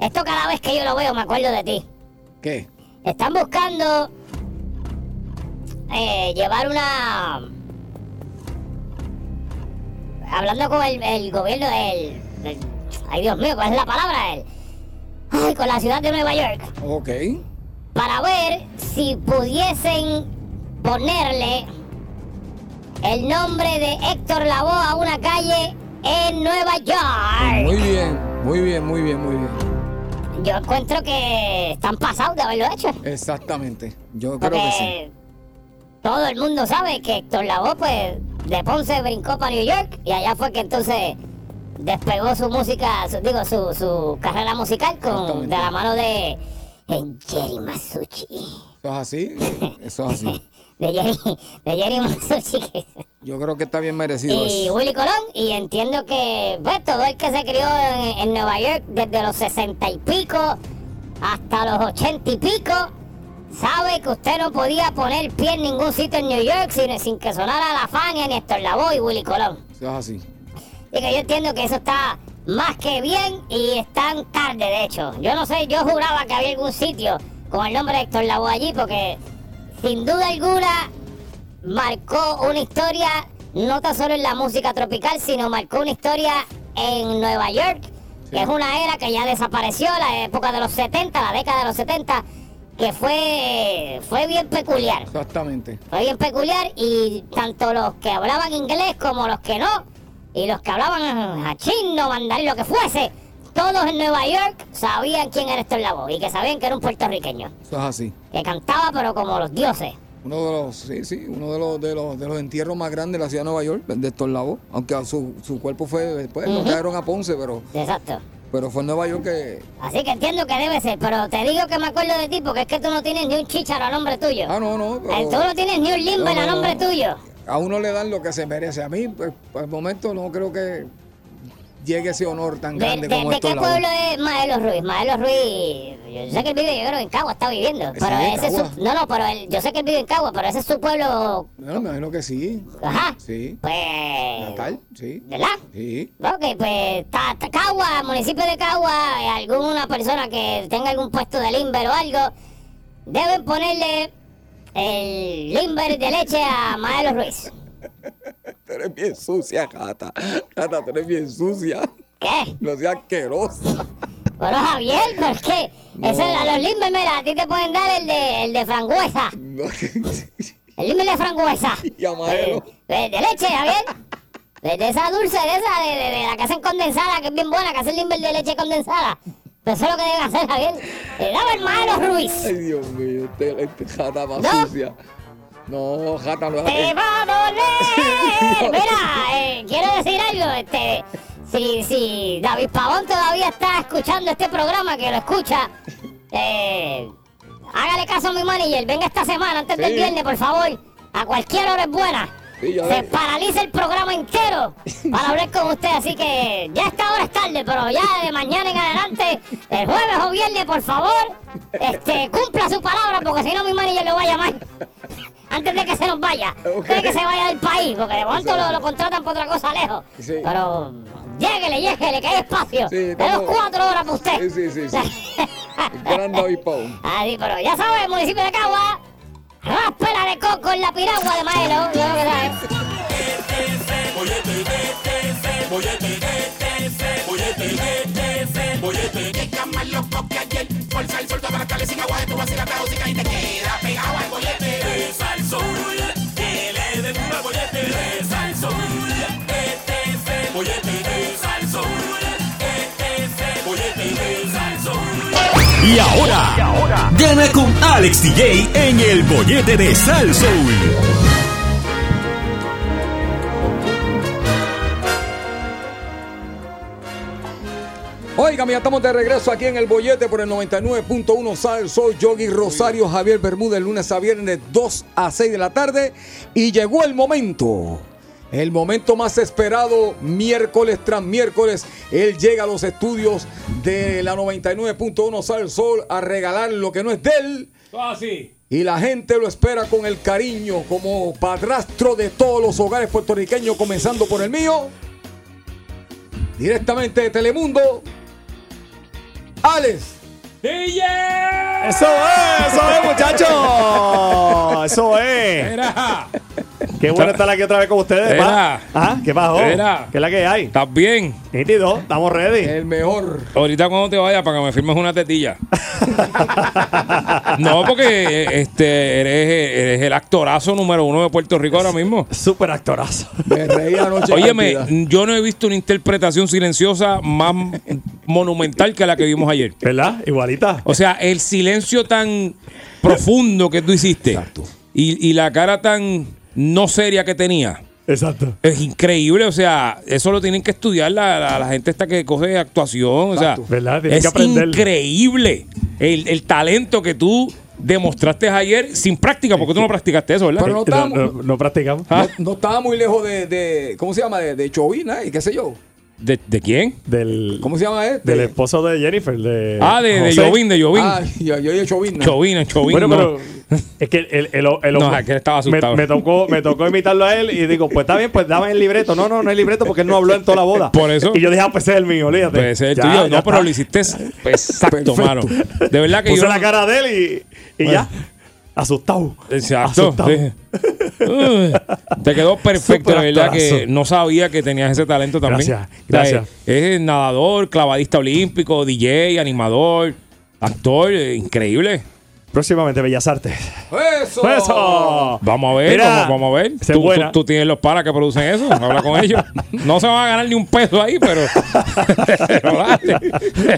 Speaker 6: Esto cada vez que yo lo veo me acuerdo de ti.
Speaker 5: ¿Qué?
Speaker 6: Están buscando eh, llevar una hablando con el, el gobierno del, del- Ay, Dios mío, ¿cuál es la palabra? El- ay, con la ciudad de Nueva York.
Speaker 5: Ok.
Speaker 6: Para ver si pudiesen ponerle el nombre de Héctor Lavoe a una calle en Nueva
Speaker 5: Muy
Speaker 6: York.
Speaker 5: bien, muy bien, muy bien, muy bien.
Speaker 6: Yo encuentro que están pasados de haberlo hecho.
Speaker 5: Exactamente. Yo creo que sí.
Speaker 6: Porque todo el mundo sabe que Héctor Lavoe, pues, de Ponce brincó para New York y allá fue que entonces despegó su música, su- digo, su, su carrera musical con,
Speaker 5: Exactamente.
Speaker 6: de la mano de eh, Jerry Masucci.
Speaker 5: Eso es así. Eso es así.
Speaker 6: De Jerry, de Jerry Masucci. que-
Speaker 5: Yo creo que está bien merecido.
Speaker 6: Y
Speaker 5: eso.
Speaker 6: Willy Colón, y entiendo que pues, todo el que se crió en, en Nueva York desde los 60 y pico hasta los 80 y pico, sabe que usted no podía poner pie en ningún sitio en New York sin, sin que sonara la Fania, Néstor Lavoe y Willy Colón.
Speaker 5: Eso es así.
Speaker 6: Y que yo entiendo que eso está más que bien y están tarde, de hecho. Yo no sé, yo juraba que había algún sitio con el nombre de Héctor Lavoe allí porque sin duda alguna marcó una historia no tan solo en la música tropical, sino marcó una historia en Nueva York, que es una era que ya desapareció, la época de los 70, la década de los 70, que fue, fue bien peculiar.
Speaker 5: Exactamente.
Speaker 6: Fue bien peculiar y tanto los que hablaban inglés como los que no, y los que hablaban a chino, mandarín, lo que fuese, todos en Nueva York sabían quién era Héctor Lavoe y que sabían que era un puertorriqueño,
Speaker 5: Eso es así.
Speaker 6: que cantaba pero como los dioses.
Speaker 5: Uno de los, sí, sí, uno de los, de los, de los entierros más grandes de la ciudad de Nueva York, de Héctor Lavoe. Aunque a su, su cuerpo fue después, lo
Speaker 6: Ujú.
Speaker 5: trajeron a Ponce, pero,
Speaker 6: Exacto.
Speaker 5: pero fue en Nueva York que.
Speaker 6: Así que entiendo que debe ser, pero te digo que me acuerdo de ti porque es que tú no tienes ni un chícharo a nombre tuyo.
Speaker 5: Ah, no, no.
Speaker 6: Eh, Tú no
Speaker 5: Pero
Speaker 6: tienes ni un limber
Speaker 5: No,
Speaker 6: a
Speaker 5: no,
Speaker 6: nombre
Speaker 5: no.
Speaker 6: tuyo.
Speaker 5: a uno le dan lo que se merece. A mí, pues, por el momento, no creo que llegue ese honor tan
Speaker 6: ¿De,
Speaker 5: grande
Speaker 6: de-
Speaker 5: como
Speaker 6: de
Speaker 5: Héctor
Speaker 6: qué
Speaker 5: Lavoe.
Speaker 6: pueblo es Maelo Ruiz? Maelo Ruiz, yo sé que él vive, yo creo, en Cagua, está viviendo. Pero
Speaker 5: en
Speaker 6: ese es
Speaker 5: Cagua.
Speaker 6: su, No, no, pero él- yo sé que él vive en Cagua, pero ese es su pueblo...
Speaker 5: Bueno, me imagino que sí.
Speaker 6: Ajá.
Speaker 5: Sí.
Speaker 6: Pues...
Speaker 5: Natal, sí.
Speaker 6: ¿Verdad?
Speaker 5: Sí.
Speaker 6: Ok, pues ta- ta- Cagua, municipio de Cagua, eh, alguna persona que tenga algún puesto de limber o algo, deben ponerle el limber de leche a Maelo Ruiz.
Speaker 5: Tú eres bien sucia, gata. Gata, tú eres bien sucia.
Speaker 6: ¿Qué?
Speaker 5: No seas asquerosa.
Speaker 6: Bueno, Javier, ¿por qué? Eso,
Speaker 5: No.
Speaker 6: a los limbers, mira, a ti te pueden dar el de, el de frangüesa.
Speaker 5: No.
Speaker 6: El limber de frangüesa.
Speaker 5: Y a Maelo.
Speaker 6: De, Ah, eh, de- de leche, Javier. De, de esa dulce, de esa, de, de- de la que hacen condensada, que es bien buena, que hacen limber de leche condensada. Pues eso es lo que deben hacer, Javier. Le daba el Maelo Ruiz.
Speaker 5: Ay, Dios mío, este, este jata más
Speaker 6: No.
Speaker 5: sucia. No, jata, no
Speaker 6: ¡Te
Speaker 5: es
Speaker 6: va a doler! Mira, eh, quiero decir algo, este. Si, si David Pavón todavía está escuchando este programa, que lo escucha, eh, hágale caso a mi manager, venga esta semana, antes del
Speaker 5: Sí.
Speaker 6: viernes, por favor. A cualquier hora es buena.
Speaker 5: Sí, ya
Speaker 6: Se
Speaker 5: ve.
Speaker 6: paraliza el programa entero para hablar con usted, así que ya esta hora es tarde, pero ya de mañana en adelante, el jueves o viernes, por favor, este, cumpla su palabra, porque si no mi manager lo va a llamar antes de que se nos vaya,
Speaker 5: Ok.
Speaker 6: antes de que se vaya del país, porque de momento lo, lo contratan por otra cosa lejos.
Speaker 5: Sí.
Speaker 6: Pero lléguele, lléguele, que hay espacio.
Speaker 5: Sí,
Speaker 6: Tenemos
Speaker 5: estamos-
Speaker 6: cuatro horas para usted.
Speaker 5: Sí, sí, sí, sí. El gran David Pau.
Speaker 6: Ah, sí, pero ya sabes, municipio de Cagua, ráspela de coco en la piragua de Maelo, yo lo que sabes.
Speaker 9: Y ahora, gana con Alex DJ en el bollete de Sal Soul.
Speaker 5: Oiga, ya estamos de regreso aquí en el bollete por el 99.1 Sal, soy Yogi Rosario, Javier Bermúdez, lunes a viernes 2 a 6 de la tarde. Y llegó el momento, el momento más esperado, miércoles tras miércoles. Él llega a los estudios de la 99.1 Sal Sol a regalar lo que no es de él. Y la gente lo espera con el cariño como padrastro de todos los hogares puertorriqueños, comenzando por el mío. Directamente de Telemundo, Alex.
Speaker 1: Eso es, eso es, muchachos. Eso es.
Speaker 10: Mira,
Speaker 1: Qué bueno estar aquí otra vez con ustedes.
Speaker 2: Era.
Speaker 1: pa. Ah, ¿Qué pasó?
Speaker 2: Era.
Speaker 1: ¿Qué es la que hay?
Speaker 2: ¿Estás bien? Eh,
Speaker 1: Nítido, estamos ready.
Speaker 5: El mejor.
Speaker 2: Ahorita cuando te vayas para que me firmes una tetilla. No, porque eh, este eres, eh, eres el actorazo número uno de Puerto Rico ahora mismo.
Speaker 1: Súper actorazo.
Speaker 5: Me reí anoche.
Speaker 2: Óyeme,
Speaker 5: cantidad.
Speaker 2: yo no he visto una interpretación silenciosa más monumental que la que vimos ayer.
Speaker 1: ¿Verdad? Igualita.
Speaker 2: O sea, el silencio tan profundo que tú hiciste y, y la cara tan no seria que tenía.
Speaker 1: Exacto.
Speaker 2: Es increíble, o sea, eso lo tienen que estudiar la, la- la gente esta que coge actuación, o sea,
Speaker 5: Exacto.
Speaker 1: ¿Verdad? Tienen
Speaker 2: es
Speaker 1: que aprender.
Speaker 2: increíble el, el talento que tú demostraste ayer sin práctica, porque tú no practicaste eso, ¿verdad?
Speaker 5: Pero no
Speaker 1: No,
Speaker 5: estábamos,
Speaker 1: no, no practicamos.
Speaker 2: Ah.
Speaker 5: no- no estábamos muy lejos de, de- ¿cómo se llama? De, de Chovina y qué sé yo.
Speaker 2: ¿De, de quién?
Speaker 1: Del,
Speaker 5: ¿Cómo se llama este?
Speaker 1: del esposo de Jennifer. De
Speaker 2: ah, de, de
Speaker 1: Eh, José.
Speaker 2: Jovín, de Jovín.
Speaker 5: Ah, yo, yo dije Chovina.
Speaker 2: Chovina, Chovina.
Speaker 1: Bueno,
Speaker 2: no.
Speaker 1: pero es que el, el, el-
Speaker 2: No, es que él estaba asustado.
Speaker 1: Me, me tocó, me tocó imitarlo a él y digo, pues está bien, pues dame el libreto. No, no, no es libreto porque él no habló en toda la boda.
Speaker 2: Por eso.
Speaker 1: Y yo dije, ah, pues ese es el mío, olvídate.
Speaker 2: Puede ser el
Speaker 1: Ya,
Speaker 2: tuyo.
Speaker 1: ya
Speaker 2: No, pero
Speaker 1: está.
Speaker 2: lo hiciste exacto,
Speaker 5: Pues, Perfecto.
Speaker 2: mano. De verdad que
Speaker 1: Puse
Speaker 2: yo.
Speaker 1: la
Speaker 2: no-
Speaker 1: cara de él y, y ya. Asustado.
Speaker 2: Exacto.
Speaker 1: Asustado.
Speaker 2: sí. Uy, te quedó perfecto,
Speaker 1: Súper
Speaker 2: de verdad que
Speaker 1: actorazo.
Speaker 2: no sabía que tenías ese talento también.
Speaker 1: Gracias,
Speaker 2: O sea,
Speaker 1: gracias.
Speaker 2: Es, es nadador, clavadista olímpico, DJ, animador, actor, eh, increíble.
Speaker 1: Próximamente, Bellas Artes.
Speaker 5: ¡Eso!
Speaker 1: ¡Eso!
Speaker 2: Vamos a ver,
Speaker 1: Mira,
Speaker 2: vamos, vamos a ver.
Speaker 1: esa es
Speaker 2: Tú, tú-
Speaker 1: buena.
Speaker 2: tú tienes los paras que producen eso, habla con ellos. No se van a ganar ni un peso ahí, pero. pero dale,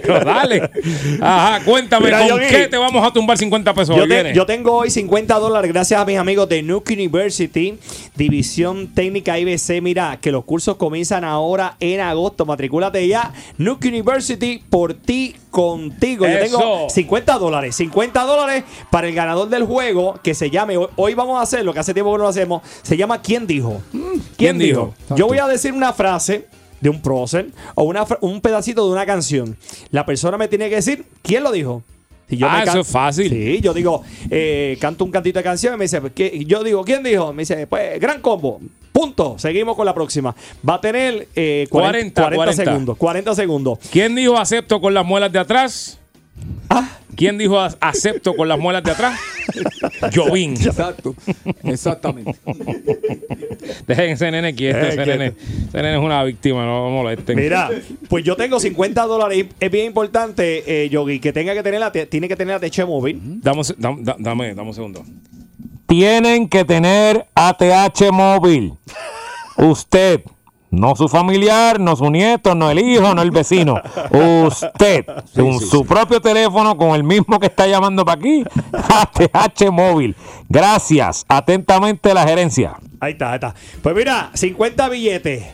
Speaker 2: pero dale. Ajá, cuéntame,
Speaker 1: Mira,
Speaker 2: ¿con
Speaker 1: Yogi.
Speaker 2: qué te vamos a tumbar 50 pesos?
Speaker 1: Yo,
Speaker 2: pues, hoy?
Speaker 1: te-
Speaker 2: Viene.
Speaker 1: yo tengo hoy 50 dólares gracias a mis amigos de Nuke University, División Técnica IBC. Mira, que los cursos comienzan ahora en agosto. Matricúlate ya. Nuke University por ti, contigo. Yo
Speaker 2: Eso.
Speaker 1: tengo 50 dólares. 50 dólares para el ganador del juego que se llame. Hoy, hoy vamos a hacer lo que hace tiempo que no lo hacemos. Se llama ¿Quién dijo? ¿Quién,
Speaker 2: Mm. ¿Quién dijo?
Speaker 1: dijo? Yo voy a decir una frase de un prócer o una, fra- un pedacito de una canción. La persona me tiene que decir quién lo dijo. Si
Speaker 2: Ah,
Speaker 1: me can-
Speaker 2: eso es fácil.
Speaker 1: Sí, yo digo, eh, canto un cantito de canción y me dice, pues, ¿qué? yo digo, ¿quién dijo? Me dice, pues, gran combo. Punto. Seguimos con la próxima. Va a tener eh, 40,
Speaker 2: 40, 40.
Speaker 1: segundos. 40 segundos.
Speaker 2: ¿Quién dijo acepto con las muelas de atrás?
Speaker 1: Ah.
Speaker 2: ¿Quién dijo a- acepto con las muelas de atrás? Jovín.
Speaker 5: Exacto. Exactamente.
Speaker 2: Dejen ese nene quieto,
Speaker 1: Eh,
Speaker 2: ese
Speaker 1: quieto.
Speaker 2: nene. Ese nene es una víctima, no lo molesten.
Speaker 1: Mira, pues yo tengo 50 dólares. Es bien importante, eh, Yogi, que tenga que tener la, te- tiene que tener la teche móvil.
Speaker 2: Dame, un se- dam- da- dame, dame un segundo. Tienen que tener ATH móvil. Usted. No su familiar, no su nieto, no el hijo, no el vecino. Usted. con su propio teléfono, con el mismo que está llamando para aquí. ATH móvil. Gracias. Atentamente la gerencia.
Speaker 1: Ahí está, ahí está. Pues mira, 50 billetes.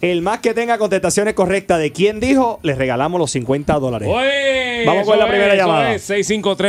Speaker 1: El más que tenga contestaciones correctas de quién dijo, le regalamos los 50 dólares. Vamos con la primera llamada.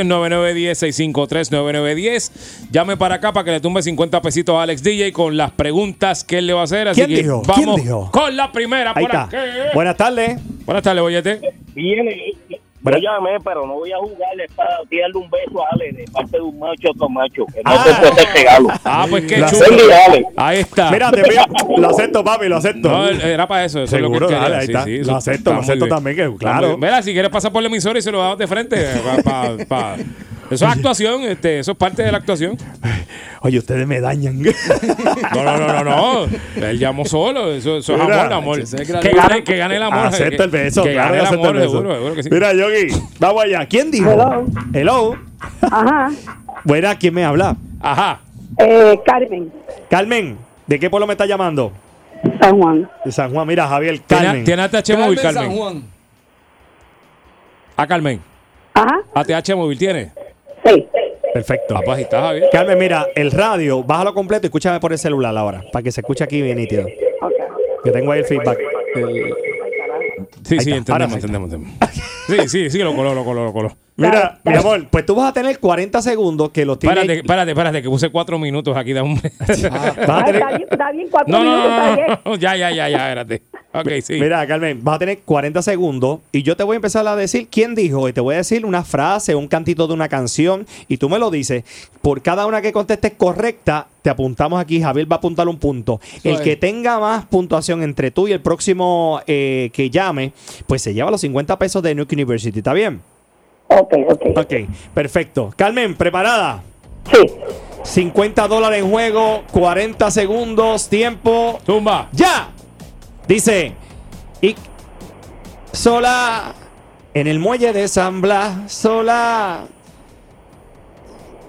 Speaker 2: 653-9910, 653-9910. Llame para acá para que le tumbe 50 pesitos a Alex DJ con las preguntas que él le va a hacer. Así
Speaker 1: ¿Quién
Speaker 2: que
Speaker 1: dijo? ¿Quién
Speaker 2: vamos
Speaker 1: dijo?
Speaker 2: con la primera
Speaker 1: Ahí
Speaker 2: por
Speaker 1: está.
Speaker 2: aquí.
Speaker 1: Buenas tardes.
Speaker 2: Buenas tardes, Boyete.
Speaker 11: Viene,
Speaker 1: Bueno.
Speaker 11: yo llamé, pero no voy a jugarle para tirarle un beso a Ale de parte de un macho a otro macho. Que no este
Speaker 1: Ah.
Speaker 11: se puede regalo.
Speaker 2: Ah, pues qué
Speaker 1: La
Speaker 2: chulo.
Speaker 11: Venga, Ale.
Speaker 2: Ahí está.
Speaker 1: Mira, te voy a- lo acepto, papi, lo acepto.
Speaker 2: no, era para eso. eso es lo que
Speaker 1: Seguro,
Speaker 2: él quería.
Speaker 1: dale, ahí está.
Speaker 2: eso
Speaker 1: Lo acepto, lo
Speaker 2: muy
Speaker 1: acepto
Speaker 2: bien.
Speaker 1: también, que
Speaker 2: Está muy
Speaker 1: claro.
Speaker 2: bien. Mira, si quieres pasar por la emisora y se lo damos de frente. eh, pa- pa- pa- Eso es actuación, este, eso es parte de la actuación.
Speaker 1: Oye, ustedes me dañan.
Speaker 2: No, no, no, no, no. Él llamó solo. Eso, eso es
Speaker 1: Mira,
Speaker 2: amor, amor.
Speaker 5: ese es
Speaker 2: Que gane, que gane el amor.
Speaker 1: Acepto
Speaker 2: que-
Speaker 1: el beso,
Speaker 2: Que
Speaker 1: claro,
Speaker 2: gane el
Speaker 1: acepto
Speaker 2: amor,
Speaker 1: el beso.
Speaker 2: seguro, seguro que sí.
Speaker 1: Mira, Yogi, vamos allá. ¿Quién dijo?
Speaker 4: Hello.
Speaker 1: Hello.
Speaker 4: Ajá.
Speaker 1: Buena, ¿quién me habla?
Speaker 2: Ajá.
Speaker 4: Eh, Carmen,
Speaker 1: Carmen, ¿de qué pueblo me está llamando?
Speaker 4: San Juan.
Speaker 1: De San Juan, mira, Javier,
Speaker 2: ¿Tiene,
Speaker 1: Carmen.
Speaker 2: tiene ATH móvil,
Speaker 5: Carmen
Speaker 2: Carmen.
Speaker 5: San Juan.
Speaker 2: A Carmen.
Speaker 4: Ajá.
Speaker 2: ATH móvil tiene.
Speaker 4: Sí.
Speaker 1: Perfecto.
Speaker 2: Papá, si Ah, pues, está Javier.
Speaker 1: Carmen, mira, el radio, bájalo completo y escúchame por el celular ahora, para que se escuche aquí bien nítido.
Speaker 4: Ok.
Speaker 1: Que tengo ahí el feedback.
Speaker 2: Sí, sí,
Speaker 1: está. Ahora
Speaker 2: entendemos,
Speaker 1: sí está.
Speaker 2: entendemos, entendemos. Sí, sí, sí, lo coló, lo coló, lo coló.
Speaker 1: Mira, mi amor, pues tú vas a tener 40 segundos que los tienes.
Speaker 2: Espérate, espérate, espérate, que puse cuatro minutos aquí. Da un...
Speaker 1: Vas a
Speaker 4: Ay,
Speaker 1: tener-
Speaker 4: está bien, está bien, cuatro
Speaker 2: no, no,
Speaker 4: minutos,
Speaker 2: no,
Speaker 4: está
Speaker 2: no,
Speaker 4: bien.
Speaker 2: no, Ya, ya, ya, ya, espérate. Ok, sí.
Speaker 1: Mira, Carmen, vas a tener 40 segundos y yo te voy a empezar a decir quién dijo y te voy a decir una frase, un cantito de una canción y tú me lo dices. Por cada una que contestes correcta, te apuntamos aquí. Javier va a apuntar un punto. el
Speaker 5: es.
Speaker 1: que tenga más puntuación entre tú y el próximo eh, que llame, pues se lleva los 50 pesos de Nuke University. ¿Está bien?
Speaker 4: Ok, ok.
Speaker 1: Ok, perfecto. Carmen, ¿preparada?
Speaker 4: Sí.
Speaker 1: 50 dólares en juego, 40 segundos, tiempo.
Speaker 2: Tumba.
Speaker 1: ¡Ya! Dice. Y sola en el muelle de San Blas, sola.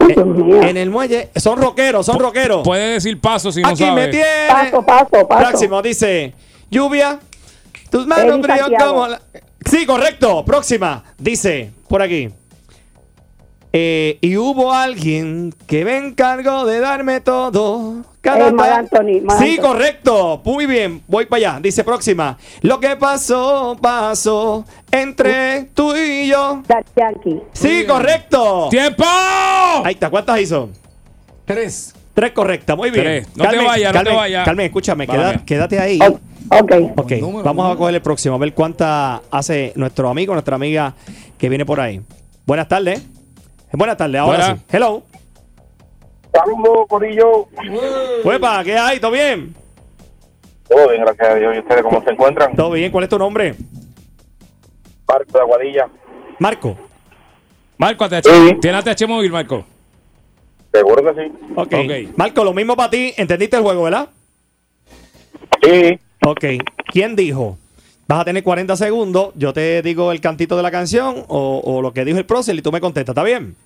Speaker 1: En, en el muelle. Son rockeros, son rockeros.
Speaker 2: Puede decir paso si no
Speaker 1: Aquí
Speaker 2: sabe.
Speaker 1: me tiene.
Speaker 12: Paso, paso, paso.
Speaker 1: Próximo, dice. Lluvia. Tus manos
Speaker 12: Eddie
Speaker 1: brillan
Speaker 12: Santiago.
Speaker 1: como la- Sí, correcto. Próxima. Dice, por aquí. Eh, y hubo alguien que me encargó de darme todo.
Speaker 12: Eh, Marc
Speaker 1: pa-
Speaker 12: Anthony, Marc
Speaker 1: Sí,
Speaker 12: Anthony.
Speaker 1: correcto. Muy bien. Voy para allá. Dice próxima. Lo que pasó, pasó entre tú y yo.
Speaker 12: Daddy Yankee.
Speaker 1: Sí, correcto.
Speaker 2: ¡Tiempo!
Speaker 1: Ahí está. ¿Cuántas hizo?
Speaker 5: Tres.
Speaker 1: Tres correctas, muy bien.
Speaker 2: Tres. No te vayas, no te
Speaker 1: Carmen,
Speaker 2: vayas.
Speaker 1: Carmen, escúchame,
Speaker 2: Válame.
Speaker 1: queda- quédate ahí.
Speaker 13: Oh,
Speaker 12: O- ok.
Speaker 1: Ok, vamos a coger el próximo, a ver cuánta hace nuestro amigo, nuestra amiga que viene por ahí. Buenas tardes. Buenas tardes, ahora
Speaker 2: Buenas.
Speaker 1: sí. Hello.
Speaker 13: Saludos, Corillo.
Speaker 1: Huepa, ¿qué hay? ¿Todo bien?
Speaker 13: Todo bien, gracias a Dios. ¿Y ustedes cómo se encuentran?
Speaker 1: ¿Todo bien? ¿Cuál es tu nombre?
Speaker 13: Marco de Aguadilla.
Speaker 1: Marco.
Speaker 2: Marco, ATH.
Speaker 13: Sí.
Speaker 2: ¿Tiene ATH móvil, Marco?
Speaker 13: Seguro que sí.
Speaker 1: ok. Marco, lo mismo para ti. ¿Entendiste el juego, verdad?
Speaker 13: Sí.
Speaker 1: Ok. ¿Quién dijo? Vas a tener 40 segundos. Yo te digo el cantito de la canción o, o lo que dijo el prócer y tú me contestas. ¿Está bien?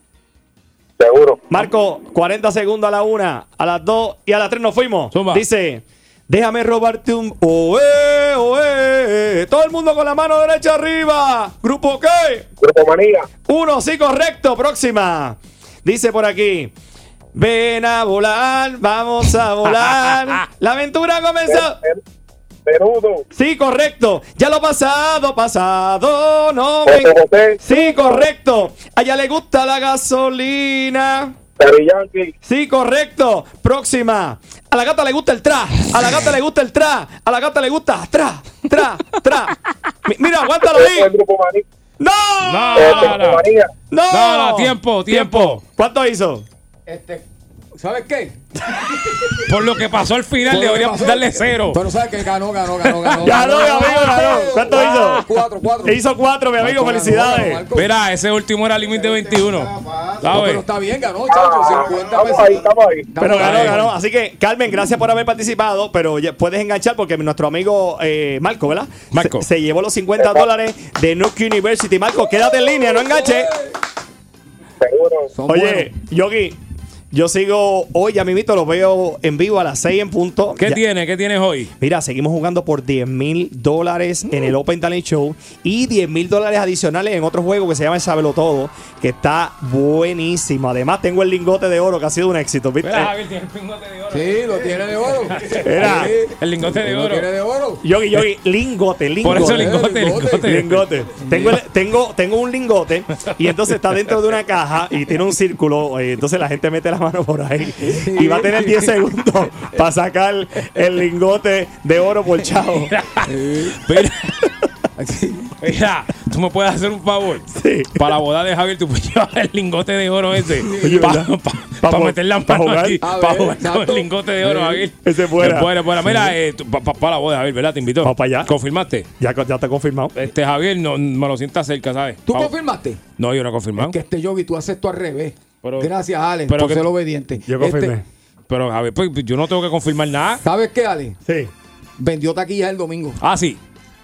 Speaker 13: Seguro.
Speaker 1: Marco, 40 segundos a la una, a las dos y a las tres nos fuimos.
Speaker 2: Zumba.
Speaker 1: Dice, déjame robarte un... ¡Oe, oe! Todo el mundo con la mano derecha arriba. ¿Grupo qué?
Speaker 13: Grupo Manía.
Speaker 1: Uno, sí, correcto. Próxima. Dice por aquí. Ven a volar, vamos a volar. La aventura ha comenzado.
Speaker 13: Menudo.
Speaker 1: Sí, correcto. Ya lo pasado, pasado, no me...
Speaker 13: José José.
Speaker 1: Sí, correcto. A ella le gusta la gasolina.
Speaker 13: Daddy Yankee.
Speaker 1: Sí, correcto. Próxima. A la gata le gusta el tra. A la gata le gusta el tra. A la gata le gusta tra, tra, tra. Mi- mira, aguántalo
Speaker 13: Ese es el
Speaker 1: ahí.
Speaker 13: Grupo Manía.
Speaker 1: ¡No!
Speaker 2: No,
Speaker 13: Ese es el
Speaker 2: no,
Speaker 13: Grupo
Speaker 2: no.
Speaker 13: Manía.
Speaker 1: ¡No!
Speaker 2: No, no, tiempo, tiempo.
Speaker 1: ¿Cuánto hizo?
Speaker 5: Este, ¿Sabes qué?
Speaker 2: Por lo que pasó al final,
Speaker 5: Por lo que
Speaker 2: deberíamos
Speaker 5: pasó-
Speaker 2: darle cero.
Speaker 5: Pero sabes que ganó, ganó, ganó, ganó. Ah,
Speaker 1: Ganó, amigo, ganó. ¿Cuánto hizo?
Speaker 5: Cuatro, cuatro.
Speaker 1: Hizo cuatro, mi amigo.
Speaker 5: Marco ganó,
Speaker 1: Felicidades.
Speaker 5: Marco.
Speaker 2: Mira, ese último era límite 21.
Speaker 5: No, pero
Speaker 2: ¿Sabes?
Speaker 5: está bien, ganó, chacho.
Speaker 13: Ah,
Speaker 5: 50
Speaker 13: estamos
Speaker 5: pesos.
Speaker 13: ahí, estamos ahí.
Speaker 1: Pero
Speaker 2: Está
Speaker 1: ganó,
Speaker 2: bien.
Speaker 1: ganó. Así que, Carmen, gracias por haber participado. Pero ya puedes enganchar porque nuestro amigo eh, Marco, ¿verdad?
Speaker 2: Marco.
Speaker 1: Se, se llevó los 50 dólares de Nuke University. Marco, quédate en línea, no enganches.
Speaker 13: Seguro.
Speaker 5: Son
Speaker 1: Oye,
Speaker 5: buenos.
Speaker 1: Yogi, yo sigo hoy, ya mismito, los veo en vivo a las 6 en punto.
Speaker 2: ¿Qué
Speaker 1: Ya-
Speaker 2: tiene? ¿Qué tienes hoy?
Speaker 1: Mira, seguimos jugando por 10 mil dólares en el Open Talent Show y 10 mil dólares adicionales en otro juego que se llama El Sábelo Todo, que está buenísimo. Además, tengo el lingote de oro que ha sido un éxito. ¿viste?
Speaker 2: Mira, Javier, tiene el lingote de oro.
Speaker 5: Sí, lo tiene de oro.
Speaker 1: Era.
Speaker 5: Sí,
Speaker 2: El lingote de
Speaker 5: lo
Speaker 2: oro.
Speaker 5: tiene de oro.
Speaker 1: Yogi, Yogi, lingote, lingote.
Speaker 2: Por eso
Speaker 5: el
Speaker 2: lingote, lingote.
Speaker 5: lingote.
Speaker 1: Lingote. Tengo, el- tengo, tengo un lingote y entonces está dentro de una caja y tiene un círculo. eh, Entonces la gente mete la mano por ahí y va a tener 10 segundos para sacar el lingote de oro por chavo.
Speaker 2: Mira, mira, tú me puedes hacer un favor.
Speaker 1: Sí.
Speaker 2: Para la boda de Javier, tú puedes llevar el lingote de oro ese.
Speaker 1: Oye,
Speaker 2: Para
Speaker 1: ¿verdad? Pa' jugar-
Speaker 2: meter la
Speaker 1: pa'
Speaker 2: mano
Speaker 1: jugar. Eh,
Speaker 2: aquí.
Speaker 5: A
Speaker 2: Para jugar
Speaker 5: ver,
Speaker 2: con
Speaker 5: exacto.
Speaker 2: el lingote de oro, Javier.
Speaker 1: Ese fuera.
Speaker 2: Es fuera, fuera. Mira, eh, para la boda, Javier, ¿verdad? Te invitó.
Speaker 1: Vamos pa' allá.
Speaker 2: ¿Confirmaste?
Speaker 1: Ya, co- ya está confirmado.
Speaker 2: Este Javier, no, me lo sientas cerca, ¿sabes?
Speaker 5: ¿Tú
Speaker 2: Pa-
Speaker 5: confirmaste?
Speaker 2: No, yo no he confirmado.
Speaker 5: Que este Yogi, tú haces esto al revés.
Speaker 2: Pero-
Speaker 5: Gracias, Ale,
Speaker 2: pero
Speaker 5: por
Speaker 2: que-
Speaker 5: ser obediente.
Speaker 1: Yo
Speaker 5: Este,
Speaker 1: confirmé.
Speaker 2: Pero Javier, pues yo no tengo que confirmar nada.
Speaker 5: ¿Sabes qué, Ale?
Speaker 1: Sí.
Speaker 5: Vendió taquillas el domingo.
Speaker 2: Ah, sí.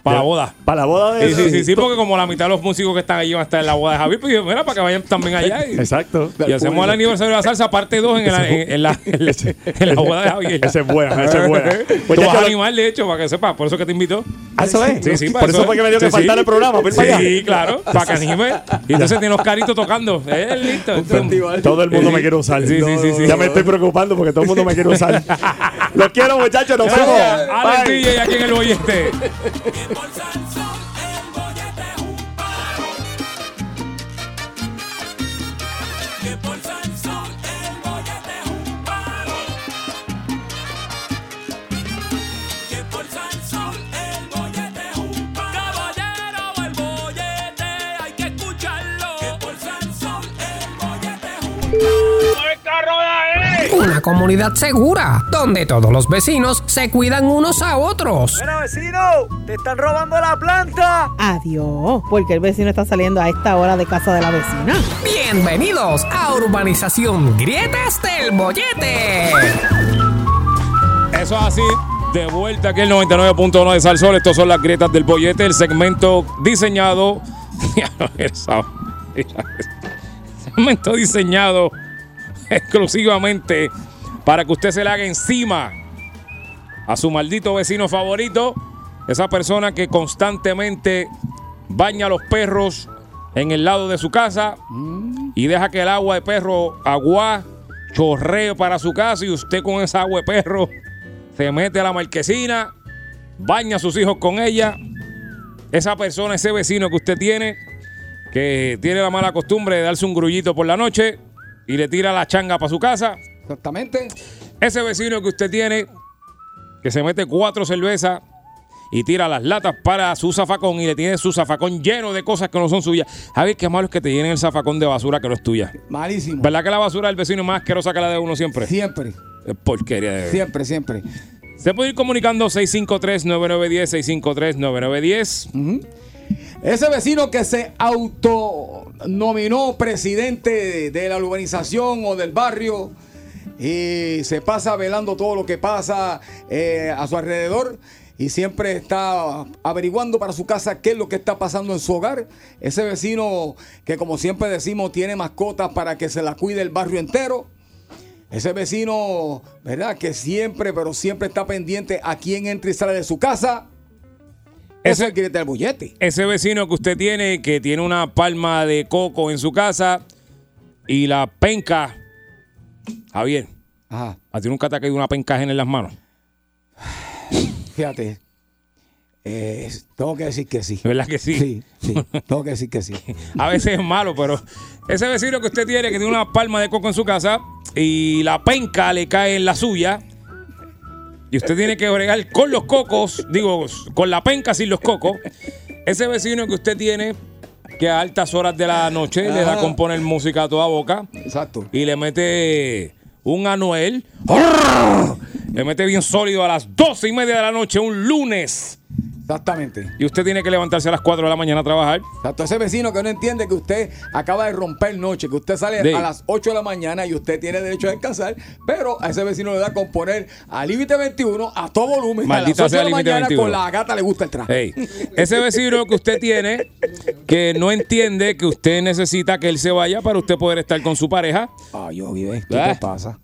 Speaker 2: Para la boda.
Speaker 1: Para la boda de
Speaker 2: Sí, sí, sí, sí, porque como la mitad de los músicos que están allí van a estar en la boda de Javier, pues yo, mira, para que vayan también allá. Y,
Speaker 1: Exacto.
Speaker 2: y hacemos el aniversario de la salsa parte 2 en, la- en- en la, en la- en la boda de Javier.
Speaker 1: Esa es buena, esa es buena.
Speaker 2: Tú
Speaker 1: Pues ya
Speaker 2: vas
Speaker 1: que
Speaker 2: a
Speaker 1: lo-
Speaker 2: animar, de hecho, para que sepas, por eso que te invitó.
Speaker 1: Ah, eso es.
Speaker 2: Sí, sí,
Speaker 1: Por eso fue que me dio que faltar el programa. para ir para allá.
Speaker 2: Sí, claro, para que anime. Y entonces tiene Oscarito tocando. Es listo.
Speaker 5: festival.
Speaker 1: Todo el mundo
Speaker 2: Sí,
Speaker 1: me quiere usar.
Speaker 2: sí, sí, sí, sí.
Speaker 1: Ya me estoy preocupando porque todo el mundo me quiere usar. Los quiero, muchachos. Nos vemos.
Speaker 2: Gracias, Alex
Speaker 1: Bye.
Speaker 2: DJ aquí en el bollete.
Speaker 4: Caballero, el bollete hay que escucharlo. Que por Sansón el bollete es un
Speaker 14: Una comunidad segura, donde todos los vecinos se cuidan unos a otros.
Speaker 4: ¡Te están robando la planta!
Speaker 14: Adiós, porque el vecino está saliendo a esta hora de casa de la vecina.
Speaker 4: Bienvenidos a Urbanización Grietas del Bollete.
Speaker 2: Eso es así. De vuelta aquí el 99.1 de Salsol. Estos son las grietas del bollete, el segmento diseñado. Ya no, esa- mira, este. segmento diseñado exclusivamente para que usted se le haga encima a su maldito vecino favorito, esa persona que constantemente baña a los perros en el lado de su casa y deja que el agua de perro agua chorree para su casa y usted con esa agua de perro se mete a la marquesina, baña a sus hijos con ella. Esa persona, ese vecino que usted tiene, que tiene la mala costumbre de darse un grullito por la noche y le tira la changa para su casa.
Speaker 5: Exactamente.
Speaker 2: Ese vecino que usted tiene, que se mete cuatro cervezas y tira las latas para su zafacón y le tiene su zafacón lleno de cosas que no son suyas. Javier, qué malo es que te llenen el zafacón de basura que no es tuya.
Speaker 5: Malísimo.
Speaker 2: ¿Verdad que la basura del vecino es más asquerosa que la de uno siempre?
Speaker 5: Siempre.
Speaker 2: Porquería de
Speaker 5: Siempre, siempre.
Speaker 2: Se puede ir comunicando 653-9910, 653-9910.
Speaker 5: Ese vecino que se autonominó presidente de la urbanización o del barrio y se pasa velando todo lo que pasa eh, a su alrededor y siempre está averiguando para su casa qué es lo que está pasando en su hogar. Ese vecino que como siempre decimos tiene mascotas para que se la cuide el barrio entero. Ese vecino, ¿verdad? Que siempre, pero siempre está pendiente a quién entra y sale de su casa. Eso es el que del bullete.
Speaker 2: Ese vecino que usted tiene, que tiene una palma de coco en su casa y la penca. Javier,
Speaker 5: Ajá.
Speaker 2: ¿a ti nunca te ha caído una pencaje en las manos?
Speaker 5: Fíjate. eh, tengo que decir que sí.
Speaker 2: ¿Verdad que sí?
Speaker 5: Sí, sí. Tengo que decir que sí.
Speaker 2: A veces es malo, pero ese vecino que usted tiene, que tiene una palma de coco en su casa y la penca le cae en la suya. Y usted tiene que bregar con los cocos, digo, con la penca sin los cocos. Ese vecino que usted tiene, que a altas horas de la noche le da
Speaker 5: Ajá.
Speaker 2: con poner música a toda boca.
Speaker 5: Exacto.
Speaker 2: Y le mete un anuel. Le mete bien sólido a las doce y media de la noche, un lunes.
Speaker 5: Exactamente.
Speaker 2: Y usted tiene que levantarse a las 4 de la mañana a trabajar.
Speaker 5: Exacto. Ese vecino que no entiende que usted acaba de romper noche, que usted sale
Speaker 2: Sí.
Speaker 5: a las 8 de la mañana y usted tiene derecho a descansar, pero a ese vecino le da con poner a límite 21 a todo volumen.
Speaker 2: Maldita
Speaker 5: a las 8
Speaker 2: sea
Speaker 5: de la
Speaker 2: Límite
Speaker 5: mañana
Speaker 2: 21.
Speaker 5: con la gata le gusta el traje.
Speaker 2: Ey, ese vecino que usted tiene que no entiende que usted necesita que él se vaya para usted poder estar con su pareja.
Speaker 5: Ah, yo vive. ¿Tú
Speaker 2: ¿Eh?
Speaker 5: te pasa?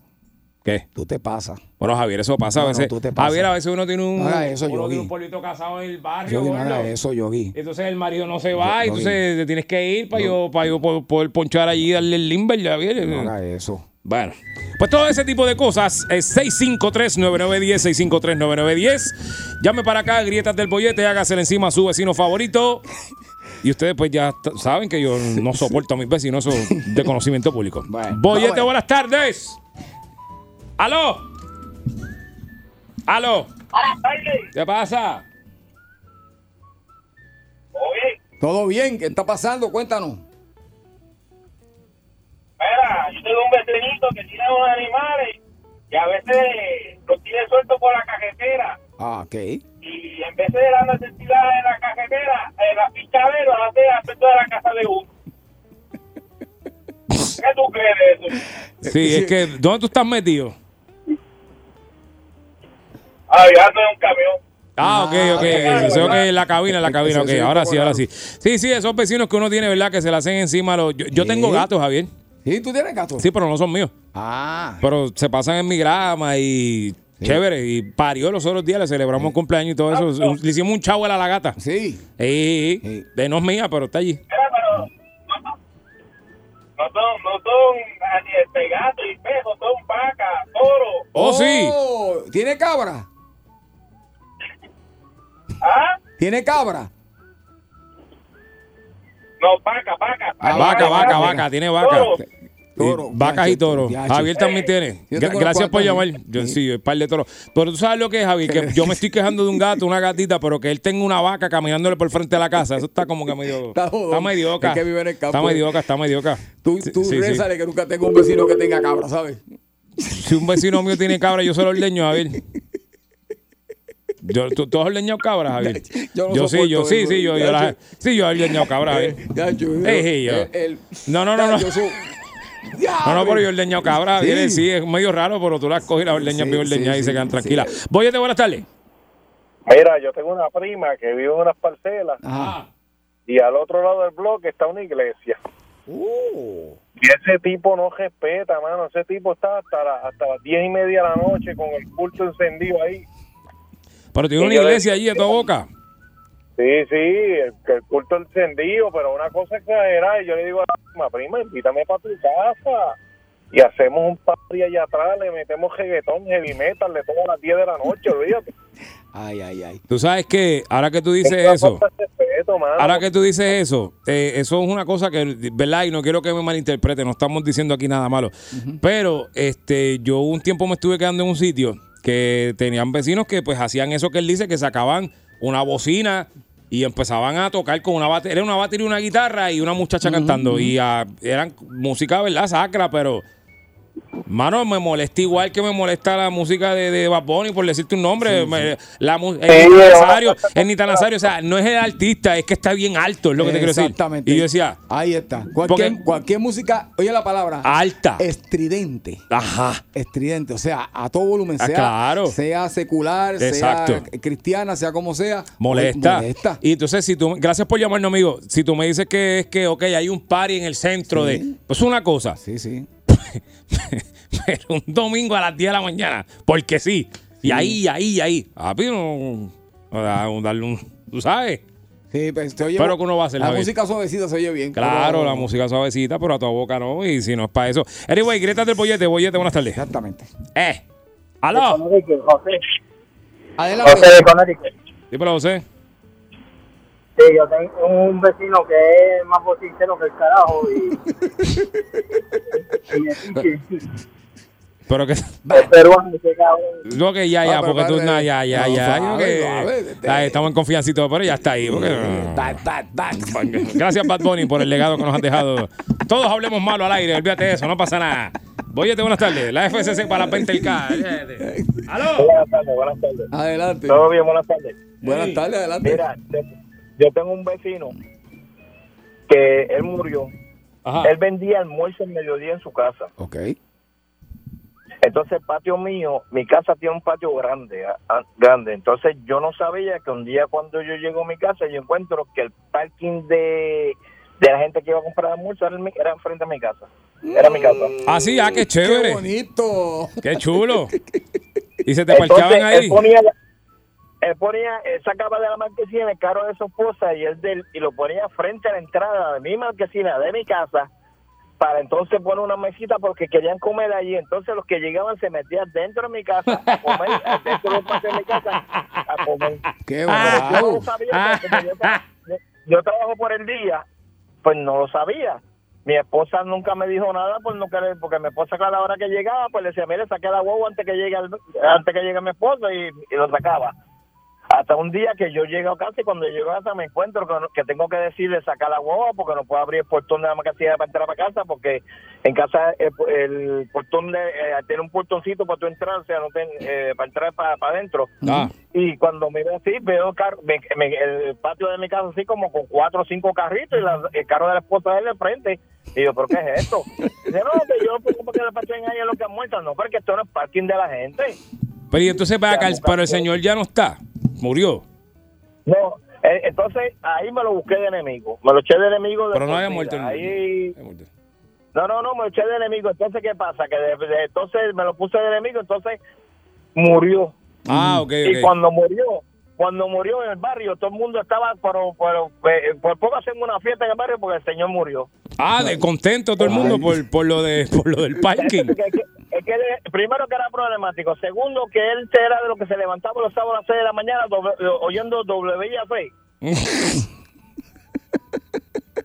Speaker 2: ¿Qué?
Speaker 5: Tú te pasas.
Speaker 2: Bueno, Javier, eso pasa a
Speaker 5: No, no,
Speaker 2: veces.
Speaker 5: tú te pasas.
Speaker 2: Javier, a veces uno tiene un,
Speaker 5: No haga eso,
Speaker 2: uno tiene
Speaker 5: Yogi.
Speaker 2: un polvito casado en el barrio.
Speaker 5: Yogi, no
Speaker 2: gordo.
Speaker 5: haga eso, Yogi.
Speaker 2: Entonces el marido no se va,
Speaker 5: Yogi.
Speaker 2: entonces te tienes que ir para yo, para yo po- poder ponchar allí y darle el limber, Javier.
Speaker 5: No haga eso.
Speaker 2: Bueno, pues todo ese tipo de cosas eh, es 653-9910, 653-9910. Llame para acá, grietas del bollete, hágase encima a su vecino favorito. Y ustedes pues ya t- saben que yo no soporto a mis vecinos, eso es de conocimiento público. bollete,
Speaker 15: Vamos.
Speaker 2: buenas tardes. Aló. Aló. ¿Qué pasa?
Speaker 5: ¿Todo bien? ¿Qué está pasando? Cuéntanos.
Speaker 11: Mira, yo tengo un vecinito que tiene unos animales y a veces los tiene sueltos por la cajetera.
Speaker 5: Ah, ok.
Speaker 11: Y en vez de darle tiradas en la cajetera, en la pichadera, las hace acerca de la casa de uno. ¿Qué tú crees de eso?
Speaker 2: Sí, es que ¿dónde tú estás metido?
Speaker 11: Ah, yo ando en un camión.
Speaker 2: Ah, ok, ok.
Speaker 11: Ah,
Speaker 2: Eso
Speaker 11: ok.
Speaker 2: que la cabina, la cabina,
Speaker 11: Eso
Speaker 2: ok.
Speaker 11: sí,
Speaker 2: Ahora
Speaker 11: como
Speaker 2: sí,
Speaker 11: la-
Speaker 2: ahora sí. Sí, sí, esos vecinos que uno tiene, ¿verdad? Que se la hacen encima a los. Yo, yo tengo gatos, Javier.
Speaker 5: ¿Sí? ¿Tú tienes gatos?
Speaker 2: Sí, pero no son míos.
Speaker 5: Ah.
Speaker 2: Pero se pasan en mi grama y. Chévere, y parió los otros días, le celebramos cumpleaños y todo eso. Un- Le hicimos un chavo a la gata.
Speaker 5: Sí.
Speaker 2: Sí. De no es mía, pero está allí.
Speaker 11: No son, no son ah, ni este gato y pejo, son vacas, toro.
Speaker 2: Oh, sí.
Speaker 5: sí. ¿Tiene cabra? ¿Tiene cabra?
Speaker 11: No, vaca, vaca.
Speaker 2: Ah, vaca, vaca, vaca, tiene vaca.
Speaker 5: Oh,
Speaker 11: Toro.
Speaker 2: Y Vacas y toros.
Speaker 5: diacho.
Speaker 2: Javier también tiene.
Speaker 5: Eh, Yo
Speaker 2: Gra-
Speaker 5: tengo unas
Speaker 2: Gracias por
Speaker 5: cuantas,
Speaker 2: llamar. Yo, sí, un par de toros. Pero tú sabes lo que es, Javier, que yo me estoy quejando de un gato, una gatita, pero que él tenga una vaca caminándole por el frente de la casa. Eso está como que medio.
Speaker 5: Está
Speaker 2: Está,
Speaker 5: jodón.
Speaker 2: medioca.
Speaker 5: Es que vive en el campo.
Speaker 2: Está medioca, está medioca.
Speaker 5: Tú, tú
Speaker 2: sí, sí.
Speaker 5: rézale que nunca tengo un vecino que tenga cabra, ¿sabes?
Speaker 2: Si un vecino mío tiene cabra, yo se lo ordeño, Javier. Yo, ¿tú, tú has leñado cabras, Javier?
Speaker 5: Yo no
Speaker 2: sí, yo
Speaker 5: soporto
Speaker 2: sí,
Speaker 5: eso. Eh,
Speaker 2: sí, yo, yo
Speaker 5: Ya,
Speaker 2: las-
Speaker 5: yo-
Speaker 2: sí, yo he leñado cabras, Javier.
Speaker 5: Ya, yo-
Speaker 2: Ey, ey, yo.
Speaker 5: el- el-
Speaker 2: No, no, no,
Speaker 5: ya,
Speaker 2: no.
Speaker 5: yo soy-
Speaker 2: No, no, pero yo he leñado cabras,
Speaker 5: Sí.
Speaker 2: Javier, sí. es medio raro, pero tú las coges y las ordeñas
Speaker 5: Sí,
Speaker 2: bien ordeñadas
Speaker 5: sí,
Speaker 2: y se
Speaker 5: sí,
Speaker 2: quedan
Speaker 5: sí.
Speaker 2: tranquilas. Voy, buenas tardes.
Speaker 11: Mira, yo tengo una prima que vive en unas parcelas y al otro lado del bloque está una iglesia.
Speaker 2: Uh.
Speaker 11: Y ese tipo no respeta, mano. Ese tipo está hasta, la- hasta las diez y media de la noche con el culto encendido ahí.
Speaker 2: Pero tiene una
Speaker 11: Sí, yo le-
Speaker 2: iglesia allí a toda boca.
Speaker 11: Sí, sí, el, el culto encendido, pero una cosa exagerada. Y yo le digo a la prima, prima, invítame para tu casa. Y hacemos un party allá atrás, le metemos reggaetón, heavy metal, le tomo a las 10 de la noche, olvídate.
Speaker 5: Ay, ay, ay.
Speaker 2: Tú sabes que ahora que tú dices
Speaker 11: Una
Speaker 2: eso,
Speaker 11: falta de respeto, mano.
Speaker 2: ahora que tú dices eso, eh, eso es una cosa que, ¿verdad? Y no quiero que me malinterprete, no estamos diciendo aquí nada malo. Pero este, yo un tiempo me estuve quedando en un sitio que tenían vecinos que pues hacían eso que él dice, que sacaban una bocina y empezaban a tocar con una batería, era una batería, una guitarra y una muchacha cantando. Y ah, eran música, ¿verdad? Sacra, pero... Mano, me molesta igual que me molesta la música de, de Bad Bunny, por decirte un nombre. Me- la mu-
Speaker 5: Sí,
Speaker 2: el Nita
Speaker 5: ahora
Speaker 2: Nazario, el Nita Nazario, o sea, no es el artista, es que está bien alto, es lo que te quiero decir.
Speaker 5: Exactamente.
Speaker 2: Y yo decía,
Speaker 5: Ahí está. Cualquier,
Speaker 2: Porque-
Speaker 5: cualquier música, oye la palabra.
Speaker 2: Alta.
Speaker 5: Estridente.
Speaker 2: Ajá.
Speaker 5: Estridente. O sea, a todo volumen.
Speaker 2: Ah,
Speaker 5: Sea,
Speaker 2: claro.
Speaker 5: sea secular,
Speaker 2: Exacto.
Speaker 5: sea cristiana, sea como sea. pues,
Speaker 2: molesta.
Speaker 5: Oye,
Speaker 2: Y entonces, si tú, gracias por llamarnos, amigo. Si tú me dices que es que, ok, hay un party en el centro de. Pues una cosa.
Speaker 5: Sí, sí.
Speaker 2: Pero un domingo a las 10 de la mañana, porque sí. Y ahí, ahí, ahí. Papi, no. no da- Darle un. ¿Tú sabes?
Speaker 5: Sí, pero te oye-
Speaker 2: Pero que uno va a hacer
Speaker 5: La
Speaker 2: Javier.
Speaker 5: música suavecita se oye bien.
Speaker 2: Claro,
Speaker 5: pero-
Speaker 2: la música suavecita, pero a tu boca no. Y si no es para eso. Anyway, Greta del Bollete, Bollete, buenas tardes.
Speaker 5: Exactamente.
Speaker 2: Eh. ¡Aló!
Speaker 11: José.
Speaker 5: Adelante.
Speaker 11: José de Connecticut.
Speaker 2: Dímelo, José.
Speaker 11: Sí, yo tengo un vecino que es más bochinchero que el carajo y...
Speaker 2: Pero que.
Speaker 11: El peruano, ese cabrón.
Speaker 2: No, que ya,
Speaker 11: Ah,
Speaker 2: ya,
Speaker 11: pero
Speaker 2: porque tú.
Speaker 11: padre,
Speaker 2: nada, ya, ya,
Speaker 11: no,
Speaker 2: ya.
Speaker 11: suave,
Speaker 2: yo que-
Speaker 11: suave,
Speaker 2: Ay, estamos en confianza y todo, pero ya está ahí. porque-
Speaker 5: Back, back, back.
Speaker 2: Gracias, Bad Bunny, por el legado que nos has dejado. Todos hablemos malo al aire, olvídate de eso, no pasa nada. Bollete, buenas tardes. La FCC para la Penta el K.
Speaker 11: Buenas tardes, buenas tardes.
Speaker 5: Adelante.
Speaker 11: Todo bien, buenas tardes.
Speaker 5: Buenas
Speaker 11: Sí.
Speaker 5: tardes, adelante.
Speaker 11: Mira, te- yo tengo un vecino que él murió.
Speaker 5: Ajá.
Speaker 11: Él vendía almuerzo al mediodía en su casa.
Speaker 5: Ok.
Speaker 11: Entonces, el patio mío, mi casa tiene un patio grande, a- a- grande. Entonces, yo no sabía que un día cuando yo llego a mi casa, yo encuentro que el parking de, de la gente que iba a comprar almuerzo era, en mi- era enfrente a mi casa. Era mi casa.
Speaker 2: Ah, sí, ah, qué
Speaker 5: Qué
Speaker 2: chévere.
Speaker 5: bonito.
Speaker 2: Qué chulo. Y se te
Speaker 11: Entonces,
Speaker 2: parqueaban
Speaker 11: Él
Speaker 2: ahí.
Speaker 11: ponía, él ponía, él sacaba de la marquesina el carro de su esposa y, él del, y lo ponía frente a la entrada de mi marquesina, de mi casa, para entonces poner una mesita porque querían comer allí. Entonces los que llegaban se metían dentro de mi casa a comer, dentro del patio de mi casa a comer.
Speaker 5: Qué
Speaker 11: Pero yo no
Speaker 5: bravo.
Speaker 11: sabía, porque como yo, tra- yo- yo trabajo por el día, pues no lo sabía. Mi esposa nunca me dijo nada por no querer- porque mi esposa a la hora que llegaba, pues le decía, mire, saqué la guagua antes que llegue, al- antes que llegue mi esposo y, y lo sacaba. Hasta un día que yo llego a casa y cuando llego a casa me encuentro con- que tengo que decirle sacar la guagua porque no puedo abrir el portón de la macacina para entrar para casa porque en casa el, el portón de, eh, tiene un portoncito para tú entrar, o sea, no ten- eh, para entrar para para adentro.
Speaker 2: Ah.
Speaker 11: Y cuando miro así, veo el, carro- me- me- el patio de mi casa así como con cuatro o cinco carritos y la- el carro de la esposa de él de frente. Y yo, ¿pero qué es esto? Dice, no, que yo pues, como que le parten ahí a los que han muerto. No, porque esto no es parking de la gente.
Speaker 2: Pero y entonces, para acá, pero el señor ya no está. Murió.
Speaker 11: No, eh, entonces ahí me lo busqué de enemigo. Me lo eché de enemigo. De
Speaker 2: Pero no
Speaker 11: por
Speaker 2: había
Speaker 11: vida.
Speaker 2: muerto el-
Speaker 11: Ahí... No, no, no, me lo eché de enemigo. Entonces, ¿qué pasa? Que de- de- entonces me lo puse de enemigo, entonces murió.
Speaker 2: Ah, ok,
Speaker 11: Y
Speaker 2: ok.
Speaker 11: cuando murió, cuando murió en el barrio, todo el mundo estaba, pero, pero, eh, por poco haciendo una fiesta en el barrio porque el señor murió.
Speaker 2: Ah, de contento todo el mundo por, por lo de por lo del parking.
Speaker 11: Es que, es que de- primero que era problemático, segundo que él era de los que se levantaba los sábados a las 6 de la mañana doble- eh, oyendo WIAC.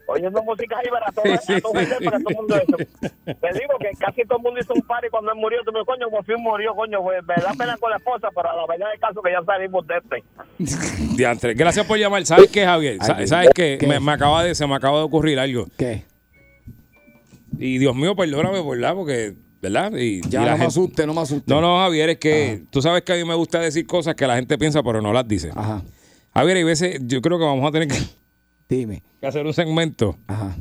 Speaker 11: oyendo música ahí para todo, a todo gente, para todo el mundo eso. Te digo que casi todo el mundo hizo un party cuando él murió. Tú me coño, por fin murió, coño, pues, me da pena con la esposa, pero a la verdad del caso que ya salimos de este.
Speaker 2: Diantre. Gracias por llamar. ¿Sabes qué, Javier? Sa-
Speaker 5: Ay,
Speaker 2: ¿Sabes
Speaker 5: ¿qué?
Speaker 2: qué? Me, me acaba de, se me acaba de ocurrir algo.
Speaker 5: ¿Qué?
Speaker 2: Y Dios mío, perdóname, ¿verdad? Porque ¿verdad? Y,
Speaker 5: Ya,
Speaker 2: y la
Speaker 5: no me
Speaker 2: gente-
Speaker 5: asuste, no me asuste.
Speaker 2: No, no, Javier, es que tú sabes que a mí me gusta decir cosas que la gente piensa pero no las dice.
Speaker 5: Ajá.
Speaker 2: Javier, hay veces yo creo que vamos a tener que,
Speaker 5: Dime.
Speaker 2: que hacer un segmento
Speaker 5: Ajá.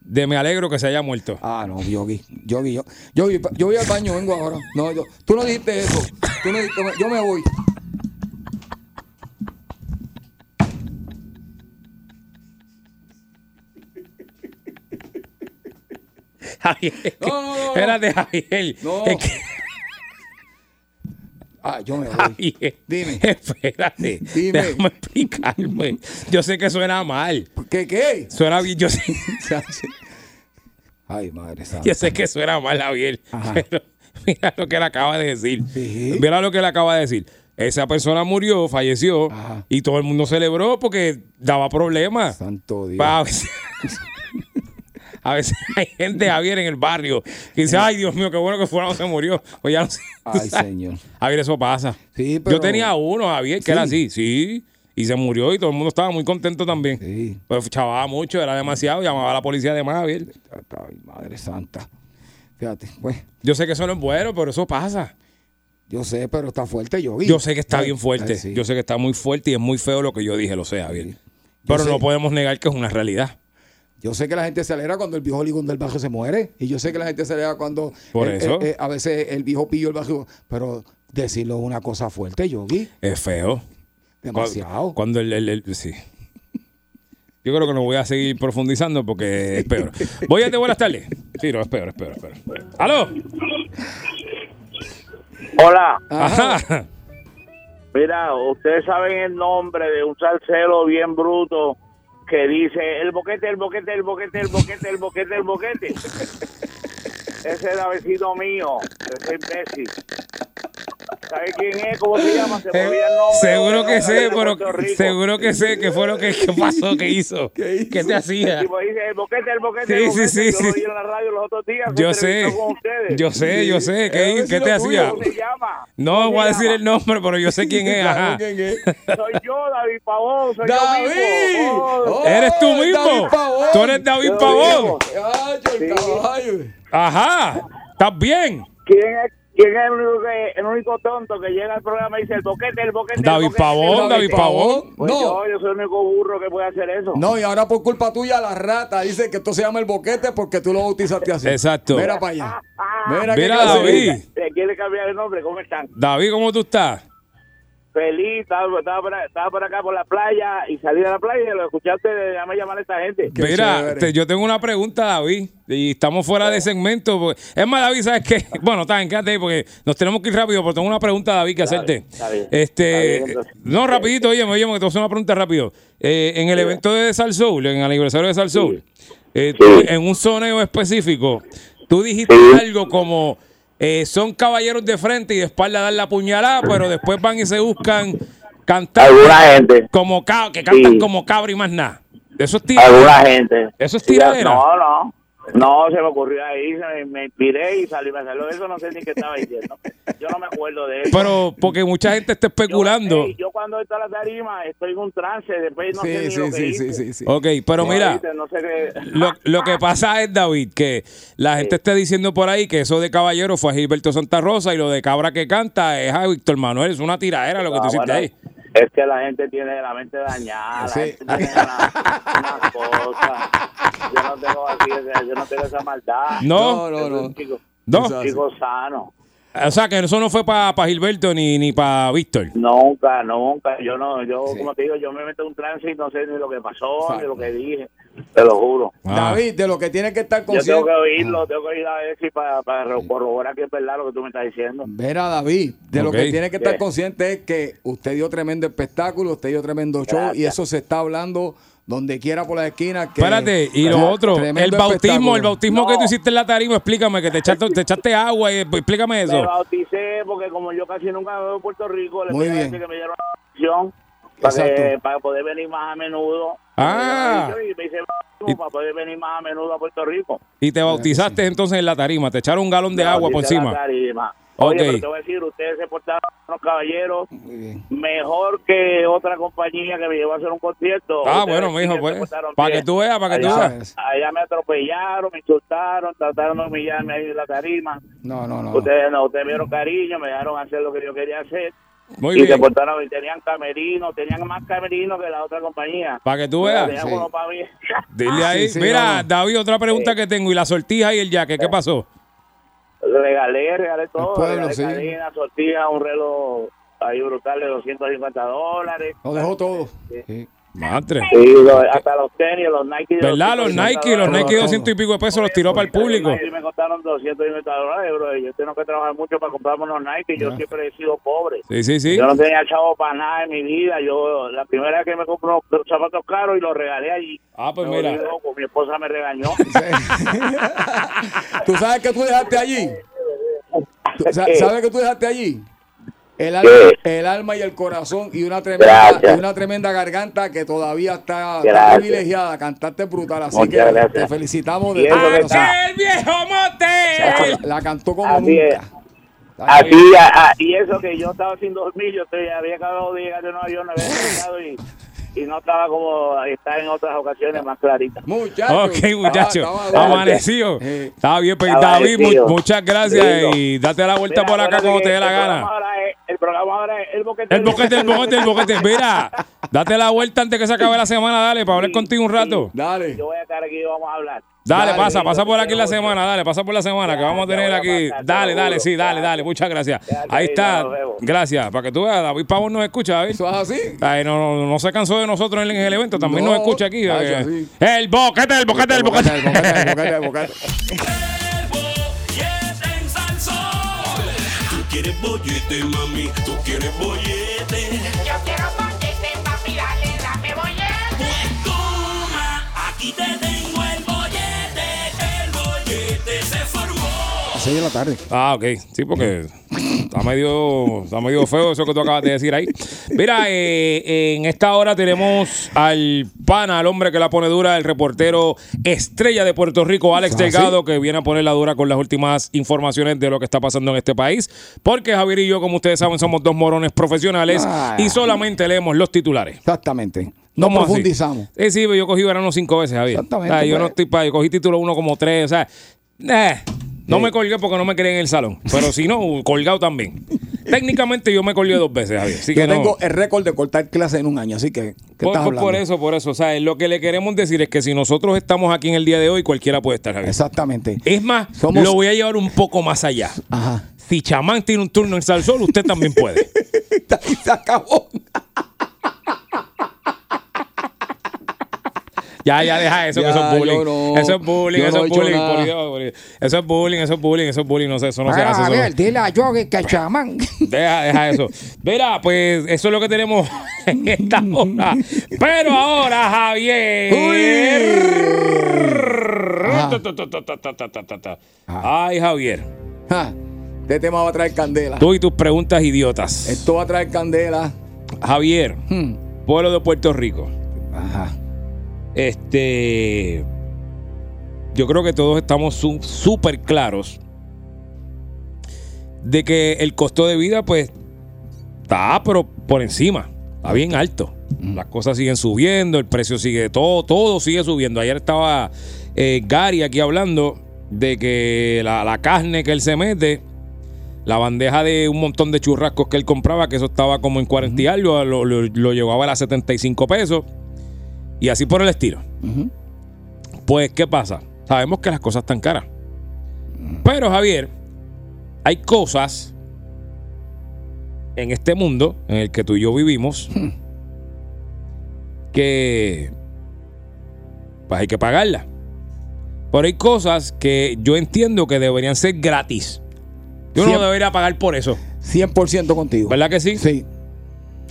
Speaker 2: de me alegro que se haya muerto.
Speaker 5: Ah, no, Yogi. Yogi, yo, Yogi, pa- yo voy al baño, vengo ahora. No, yo, tú no dijiste eso. Tú no dijiste- yo me voy.
Speaker 2: Javier, es que-
Speaker 5: No, no, no, no.
Speaker 2: espérate, Javier.
Speaker 5: No.
Speaker 2: Es que,
Speaker 5: Ah, yo me voy.
Speaker 2: Javier, dime. Espérate, déjame explicarme. Yo sé que suena mal.
Speaker 5: ¿Qué, qué?
Speaker 2: Suena bien, yo sé.
Speaker 5: Ay, madre santa.
Speaker 2: Yo sé que suena mal, Javier, pero mira lo que le acaba de decir. Mira lo que le acaba de decir. Esa persona murió, falleció y todo el mundo celebró porque daba problemas.
Speaker 5: Santo Dios.
Speaker 2: a, veces, a veces hay gente, Javier, en el barrio que dice, ay, Dios mío, qué bueno que fuera se murió. O ya no sé.
Speaker 5: Ay, señor.
Speaker 2: Javier, eso pasa.
Speaker 5: pero-
Speaker 2: Yo tenía uno, Javier, que era así, sí. Y se murió y todo el mundo estaba muy contento también. Pues chavaba mucho, era demasiado, llamaba a la policía además, Javier.
Speaker 5: Ay, madre santa. Fíjate, pues,
Speaker 2: Yo sé que eso no es bueno, pero eso pasa.
Speaker 5: yo sé, pero está fuerte, Yogi.
Speaker 2: Yo sé que está
Speaker 5: Ay,
Speaker 2: bien fuerte.
Speaker 5: ay, sí.
Speaker 2: Yo sé que está muy fuerte y es muy feo lo que yo dije, lo sé, Javier. Pero
Speaker 5: sé.
Speaker 2: no podemos negar que es una realidad.
Speaker 5: Yo sé que la gente se alegra cuando el viejo ligón del barrio se muere. Y yo sé que la gente se alegra cuando
Speaker 2: Por
Speaker 5: el-
Speaker 2: eso.
Speaker 5: el- el- a veces el viejo pillo el barrio. Pero decirlo es una cosa fuerte, Yogi.
Speaker 2: Es feo. Cuando,
Speaker 5: Demasiado.
Speaker 2: cuando el, el- el- Sí. Yo creo que no voy a seguir profundizando porque es peor. Voy a buenas tardes. Sí, no, es peor, es peor, es peor. ¡Aló!
Speaker 16: Hola.
Speaker 2: Ajá.
Speaker 16: Mira, ustedes saben el nombre de un salsero bien bruto que dice el boquete, el boquete, el boquete, el boquete, el boquete, el boquete. Ese era vecino mío, ese imbécil. ¿Sabe quién es? ¿Cómo se llama? Se me olvida el nombre.
Speaker 2: Seguro que
Speaker 16: Era
Speaker 2: sé,
Speaker 16: de
Speaker 2: pero
Speaker 16: Puerto Rico.
Speaker 2: seguro que sé qué fue lo que qué pasó, qué hizo, qué, te hacía.
Speaker 16: Y pues dice, el boquete, el boquete,
Speaker 2: Sí,
Speaker 16: el boquete.
Speaker 2: sí, sí,
Speaker 16: Yo lo
Speaker 2: sí.
Speaker 16: oí en la radio los otros días. se
Speaker 2: Yo sé,
Speaker 16: entrevistó con ustedes.
Speaker 2: yo sé, yo sé, ¿qué, qué te hacía?
Speaker 16: ¿Cómo se llama?
Speaker 2: No voy a decir el nombre, pero yo sé quién es. Ajá.
Speaker 16: Soy yo, David Pavón, soy yo
Speaker 5: ¡David!
Speaker 16: mismo.
Speaker 5: Oh,
Speaker 2: Eres tú
Speaker 5: David
Speaker 2: mismo.
Speaker 5: Pavón.
Speaker 2: Tú eres David
Speaker 5: Yo
Speaker 2: Pavón.
Speaker 5: mismo. Ay, yo, el caballo.
Speaker 2: Ajá. ¿Estás bien?
Speaker 16: ¿Quién es, quién es el, único que- el único tonto que llega al programa y dice el boquete, el boquete? el
Speaker 2: David
Speaker 16: boquete,
Speaker 2: Pavón,
Speaker 16: el
Speaker 2: David
Speaker 16: boquete"?
Speaker 2: Pavón.
Speaker 16: Pues
Speaker 5: No.
Speaker 16: Yo, yo soy el único burro que puede hacer eso.
Speaker 5: No, y ahora por culpa tuya la rata dice que esto se llama el boquete porque tú lo bautizaste así.
Speaker 2: Exacto.
Speaker 5: Mira para allá. Mira,
Speaker 2: Mira,
Speaker 5: qué clase de-
Speaker 2: David.
Speaker 16: ¿Le quiere cambiar el nombre? ¿Cómo están?
Speaker 2: David, ¿cómo tú estás?
Speaker 16: Feliz, estaba, estaba por, estaba por acá por la playa y salí de la playa y lo escuchaste, déjame llamar a esta gente.
Speaker 2: Mira, este, te- yo tengo una pregunta, David, y estamos fuera de segmento. porque- Es más, David, ¿sabes qué? Bueno, está bien, quédate ahí porque nos tenemos que ir rápido, pero tengo una pregunta, David, que hacerte.
Speaker 13: está bien.
Speaker 2: Este,
Speaker 13: Está bien, entonces.
Speaker 2: no, rapidito, oye, oye, que te voy a hacer una pregunta rápido. Eh, en el evento de Sal Soul, en el aniversario de Sal Soul, eh, tú- en un zoneo específico, tú dijiste algo como... eh, son caballeros de frente y de espalda dan la puñalada, pero después van y se buscan cantar
Speaker 16: Alguna gente.
Speaker 2: como ca- que cantan
Speaker 16: Sí.
Speaker 2: como cabra y más nada. Eso es tiradera.
Speaker 16: Alguna gente.
Speaker 2: Eso es tiradera.
Speaker 16: No, no. No, se me ocurrió ahí, se me, me inspiré y salí, me salió eso, no sé ni qué estaba diciendo. Yo no me acuerdo de eso.
Speaker 5: Pues
Speaker 2: Pero porque mucha gente está especulando.
Speaker 16: Ey, yo cuando estoy a la tarima estoy en un trance, después no sé ni lo que hice.
Speaker 2: Ok, pero
Speaker 16: No,
Speaker 2: mira,
Speaker 16: viste, no sé qué-
Speaker 2: lo, lo que pasa es, David, que la gente está diciendo por ahí que eso de caballero fue a Gilberto Santa Rosa y lo de cabra que canta es a Víctor Manuel. Es una tiradera lo que tú
Speaker 16: Ah,
Speaker 2: hiciste
Speaker 16: bueno,
Speaker 2: ahí.
Speaker 16: Es que la gente tiene la mente dañada, la gente tiene una, una cosa. Yo no tengo así, o sea, yo no tengo esa maldad.
Speaker 2: No. No, no,
Speaker 16: Yo soy
Speaker 2: no.
Speaker 16: un chico-
Speaker 2: No.
Speaker 16: un chico sano.
Speaker 2: O sea, que eso no fue para Gilberto ni, ni para Víctor.
Speaker 16: Nunca, nunca. Yo no, yo, como te digo, yo me meto en un trance y no sé ni lo que pasó, ni lo que dije. Te lo juro.
Speaker 2: Ah.
Speaker 5: David, de lo que tienes que estar
Speaker 16: Yo tengo
Speaker 5: consciente.
Speaker 16: que oírlo, tengo que ir a ver si para, para corroborar que es verdad lo que tú me estás diciendo.
Speaker 5: Mira, David, de lo
Speaker 2: Ok.
Speaker 5: que tiene que estar
Speaker 16: Sí.
Speaker 5: consciente es que usted dio tremendo espectáculo, usted dio tremendo show y eso se está hablando donde quiera por la esquina. que-
Speaker 2: Espérate, y lo
Speaker 5: Tre-
Speaker 2: otro, el
Speaker 5: tremendo
Speaker 2: bautismo, el
Speaker 5: espectáculo.
Speaker 2: bautismo que tú hiciste en la tarima, explícame, que te echaste, te echaste agua, y, pues, explícame eso.
Speaker 16: Me bauticé porque como yo casi nunca veo Puerto Rico, le
Speaker 2: Muy
Speaker 16: pedí a la
Speaker 2: bien.
Speaker 16: gente que me dieron la opción para, que-
Speaker 2: Exacto.
Speaker 16: para poder venir más a menudo.
Speaker 2: Ah.
Speaker 16: Y me hice bautismo para poder venir más a menudo a Puerto Rico.
Speaker 2: Y te bautizaste entonces en la tarima, te echaron un galón de agua por
Speaker 16: Bauticé la
Speaker 2: encima.
Speaker 16: tarima. Oye,
Speaker 2: Ok.
Speaker 16: pero te voy a decir, ustedes se portaron unos caballeros mejor que otra compañía que me llevó a hacer un concierto.
Speaker 2: Ah,
Speaker 16: Ustedes
Speaker 2: bueno,
Speaker 16: sí
Speaker 2: mijo,
Speaker 16: se
Speaker 2: pues.
Speaker 16: portaron
Speaker 2: Para que
Speaker 16: bien.
Speaker 2: tú veas, para que tú
Speaker 16: Allá-
Speaker 2: veas.
Speaker 16: Allá me atropellaron, me insultaron, trataron de humillarme ahí en la tarima.
Speaker 5: No, no, no.
Speaker 16: Ustedes no, ustedes me dieron cariño, me dejaron hacer lo que yo quería hacer.
Speaker 2: Muy
Speaker 16: y
Speaker 2: bien.
Speaker 16: se portaron bien, tenían camerino, tenían más camerino que la otra compañía.
Speaker 2: Para que tú
Speaker 16: Pero
Speaker 2: veas.
Speaker 16: tenían
Speaker 2: Sí.
Speaker 16: uno pa' mí.
Speaker 5: Ah,
Speaker 2: Dile ahí. Mira, David, otra pregunta que tengo. Y la sortija y el jaque,
Speaker 16: Eh.
Speaker 2: ¿qué pasó?
Speaker 16: Regalé, regalé todo.
Speaker 2: pueblo,
Speaker 16: regalé
Speaker 2: sí.
Speaker 16: cadena, sortija, un reloj ahí brutal de 250 dólares.
Speaker 5: Lo dejó todo.
Speaker 2: Madre.
Speaker 16: Sí, lo- hasta los tenis, los Nike.
Speaker 2: ¿Verdad? Los Nike, los Nike 200 y pico de pesos los tiró para el público.
Speaker 16: Nike me costaron 250 dólares, bro. Yo tengo que trabajar mucho para comprarme unos Nike. Yo
Speaker 2: Ah.
Speaker 16: siempre he sido pobre.
Speaker 2: Sí, sí, sí.
Speaker 16: Yo no tenía chavo para nada en mi vida. Yo, la primera vez que me compré unos zapatos caros y los regalé allí.
Speaker 2: Ah, pues
Speaker 16: me
Speaker 2: mira.
Speaker 16: volví loco, Mi esposa me regañó.
Speaker 5: ¿Tú sabes que tú dejaste allí? ¿Tú sa-
Speaker 16: ¿Qué?
Speaker 5: ¿Sabes que tú dejaste allí? El alma, el alma y el corazón y una tremenda,
Speaker 16: Gracias.
Speaker 5: y una tremenda garganta que todavía está, está
Speaker 16: Gracias.
Speaker 5: privilegiada. Cantaste brutal, así
Speaker 16: Muchas
Speaker 5: que
Speaker 16: gracias.
Speaker 5: te felicitamos.
Speaker 16: Y eso que
Speaker 5: corazón.
Speaker 16: está-
Speaker 2: ¡El viejo
Speaker 5: Chacho,
Speaker 2: mote!
Speaker 5: La cantó como
Speaker 16: Así es.
Speaker 5: nunca. Está
Speaker 16: Así, Ah,
Speaker 5: bien.
Speaker 16: a- a- y eso que yo estaba sin dormir, yo estoy, había acabado de llegar de Nueva York, me había llegado y, y no estaba como estar en otras ocasiones más clarita.
Speaker 5: Muchachos.
Speaker 2: Ok, muchachos.
Speaker 16: estaba-
Speaker 2: Amanecido. Está bien, pues,
Speaker 16: Estaba
Speaker 2: David, mu-
Speaker 16: amanecido.
Speaker 2: muchas gracias.
Speaker 16: Lindo.
Speaker 2: Y date la vuelta
Speaker 16: Mira,
Speaker 2: por acá
Speaker 16: acuérdate
Speaker 2: como te
Speaker 16: que
Speaker 2: dé la
Speaker 16: el
Speaker 2: gana.
Speaker 16: programa ahora es- el programa ahora es el boquete.
Speaker 2: El boquete, el boquete, el boquete. Mira, date la vuelta antes que se acabe la semana, dale, para hablar contigo un rato.
Speaker 5: Dale.
Speaker 16: Yo voy a estar aquí y vamos a hablar.
Speaker 2: Dale,
Speaker 16: Dale,
Speaker 2: pasa, pasa por aquí la
Speaker 16: Dios,
Speaker 2: semana, dale, pasa por la semana, que vamos a
Speaker 16: ya
Speaker 2: tener
Speaker 16: voy a
Speaker 2: aquí.
Speaker 16: pasar, te lo
Speaker 2: Dale, dale,
Speaker 16: juro.
Speaker 2: sí, dale, dale, muchas gracias. Ahí
Speaker 16: sí,
Speaker 2: está,
Speaker 16: nos vemos.
Speaker 2: gracias, para que tú veas, David Pavón nos escucha, David.
Speaker 5: así?
Speaker 2: Ay, no, no, no se cansó de nosotros en el evento, también
Speaker 5: No,
Speaker 2: nos escucha aquí.
Speaker 5: chacho,
Speaker 2: eh.
Speaker 5: sí.
Speaker 2: El boquete, el boquete, el boquete.
Speaker 5: El boquete, el boquete, el boquete.
Speaker 8: Tú quieres bollete, mami, tú quieres bollete.
Speaker 4: Yo quiero bollete, papi, dale, dame bollete. Pues toma, aquí te tengo el bollete. El bollete se formó.
Speaker 5: A seis de la tarde.
Speaker 2: Ah, ok. Sí, porque está medio, está medio feo eso que tú acabas de decir ahí. Mira, eh, en esta hora tenemos al pana, al hombre que la pone dura, el reportero estrella de Puerto Rico,
Speaker 5: Ah,
Speaker 2: Alex Delgado, que viene a poner la dura con las últimas informaciones de lo que está pasando en este país. Porque Javier y yo, como ustedes saben, somos dos morones profesionales
Speaker 5: Ah.
Speaker 2: y solamente leemos los titulares.
Speaker 5: Exactamente. No
Speaker 2: ¿Cómo así?
Speaker 5: profundizamos.
Speaker 2: Sí, sí, pero yo cogí verano cinco veces, Javier.
Speaker 5: Exactamente,
Speaker 2: O sea, yo
Speaker 5: pues.
Speaker 2: no estoy para, yo cogí título uno como tres, o sea, eh, no me colgué porque no me quería en el salón. Pero si no, colgado también. Técnicamente yo me colgué dos veces, Javier. Así que
Speaker 5: Yo
Speaker 2: no.
Speaker 5: tengo el récord de cortar clases en un año, así que. ¿Qué
Speaker 2: Por,
Speaker 5: estás
Speaker 2: por-
Speaker 5: hablando?
Speaker 2: por eso, por eso. O sea, lo que le queremos decir es que si nosotros estamos aquí en el día de hoy, cualquiera puede estar, Javier.
Speaker 5: Exactamente.
Speaker 2: Es más,
Speaker 5: Somos-
Speaker 2: lo voy a llevar un poco más allá.
Speaker 5: Ajá.
Speaker 2: Si Chamán tiene un turno en Salsol, usted también puede.
Speaker 5: Se acabó.
Speaker 2: Ya, ya deja eso,
Speaker 5: Ya,
Speaker 2: que eso es bullying.
Speaker 5: yo no-
Speaker 2: eso es bullying,
Speaker 5: yo
Speaker 2: eso
Speaker 5: no he
Speaker 2: es
Speaker 5: hecho
Speaker 2: bullying,
Speaker 5: nada. Ah,
Speaker 2: por Dios, por Dios. Eso es bullying, eso es bullying, eso es bullying, no sé, eso no se hace.
Speaker 13: a
Speaker 2: eso no-
Speaker 13: ver, Ah, dile a Yogi que chamán.
Speaker 2: Deja, deja eso. Mira, pues eso es lo que tenemos en esta hora. Pero ahora, Javier. Ta, ta, ta, ta, ta, ta, ta, ta, ta. Ay, Javier.
Speaker 5: Este tema va a traer candela.
Speaker 2: Tú y tus preguntas idiotas.
Speaker 5: Esto va a traer candela.
Speaker 2: Javier,
Speaker 5: Hmm.
Speaker 2: pueblo de Puerto Rico.
Speaker 5: Ajá.
Speaker 2: Este. Yo creo que todos estamos su- súper claros de que el costo de vida, pues, está, pero por encima. Está bien alto.
Speaker 5: Hmm.
Speaker 2: Las cosas siguen subiendo, el precio sigue todo, todo sigue subiendo. Ayer estaba eh, Gary aquí hablando de que la, la carne que él se mete, la bandeja de un montón de churrascos que él compraba, que eso estaba como en 40 y algo, lo, lo- lo llevaba a las 75 pesos y así por el estilo. Pues, ¿qué pasa? Sabemos que las cosas están caras. Pero, Javier, hay cosas en este mundo en el que tú y yo vivimos
Speaker 5: Hmm.
Speaker 2: que pues hay que pagarlas. Pero hay cosas que yo entiendo que deberían ser gratis. Yo no
Speaker 5: Cien-
Speaker 2: debería pagar por eso.
Speaker 5: 100% contigo.
Speaker 2: ¿Verdad que sí?
Speaker 5: Sí.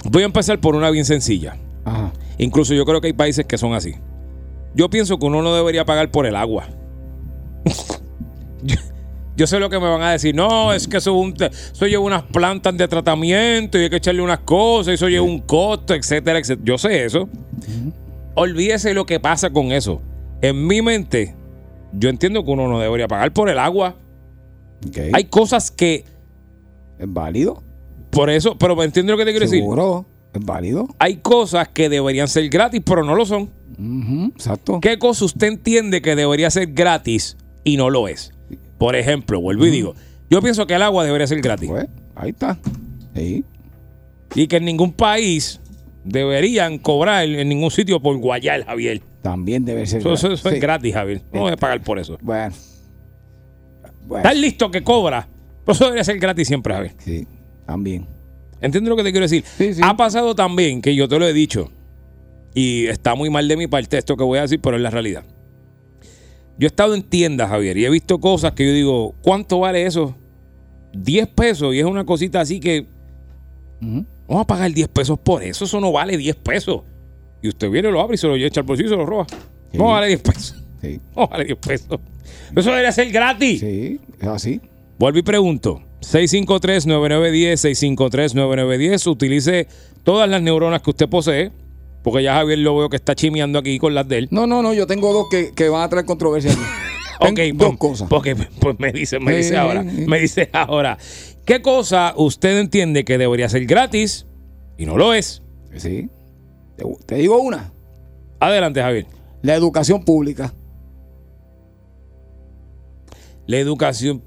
Speaker 2: Voy a empezar por una bien sencilla.
Speaker 5: Ajá.
Speaker 2: Incluso yo creo que hay países que son así. Yo pienso que uno no debería pagar por el agua. Yo- Yo sé lo que me van a decir. No, es que eso, es un te- eso lleva unas plantas de tratamiento y hay que echarle unas cosas, y eso lleva un costo, etcétera, etcétera. Yo sé eso. Olvídese lo que pasa con eso. En mi mente, yo entiendo que uno no debería pagar por el agua. Hay cosas que
Speaker 5: ¿Es válido?
Speaker 2: Por eso, pero entiendo lo que te quiero
Speaker 5: Seguro, decir. ¿Es válido?
Speaker 2: Hay cosas que deberían ser gratis, pero no lo son.
Speaker 5: Mm, exacto.
Speaker 2: ¿Qué cosa usted entiende que debería ser gratis y no lo es? Por ejemplo, vuelvo y digo, yo pienso que el agua debería ser gratis.
Speaker 5: Mm. Pues, ahí está.
Speaker 2: Y que en ningún país deberían cobrar en ningún sitio por guayar, Javier.
Speaker 5: También debe ser
Speaker 2: Eso, eso-
Speaker 5: gratis.
Speaker 2: eso
Speaker 5: Sí.
Speaker 2: es gratis, Javier. No voy a pagar por eso.
Speaker 5: Bueno.
Speaker 2: Estás listo que cobra. Pero eso debería ser gratis siempre, Javier.
Speaker 5: Sí, también.
Speaker 2: ¿Entiendes lo que te quiero decir? Ha pasado también que yo te lo he dicho. Y está muy mal de mi parte esto que voy a decir, pero es la realidad. Yo he estado en tiendas, Javier, y he visto cosas que yo digo, ¿cuánto vale eso? 10 pesos. Y es una cosita así que. Vamos a pagar 10 pesos por eso. Eso no vale 10 pesos. Y usted viene, lo abre y se lo echa al bolsillo y se lo roba. No vale 10 pesos. No vale 10 pesos. Eso debería ser gratis.
Speaker 5: Sí, es así.
Speaker 2: Vuelvo y pregunto. 653-9910, 653-9910. Utilice todas las neuronas que usted posee. Porque ya Javier lo veo que está chimeando aquí con las de él.
Speaker 5: No, no, no, yo tengo dos que, que van a traer controversia. aquí.
Speaker 2: Ok, dos cosas. Porque pues me dice, me dice
Speaker 5: Eh,
Speaker 2: ahora,
Speaker 5: eh.
Speaker 2: me dice ahora, ¿qué cosa usted entiende que debería ser gratis y no lo es?
Speaker 5: Sí. Te, digo una.
Speaker 2: Adelante, Javier.
Speaker 5: La educación pública.
Speaker 2: La educación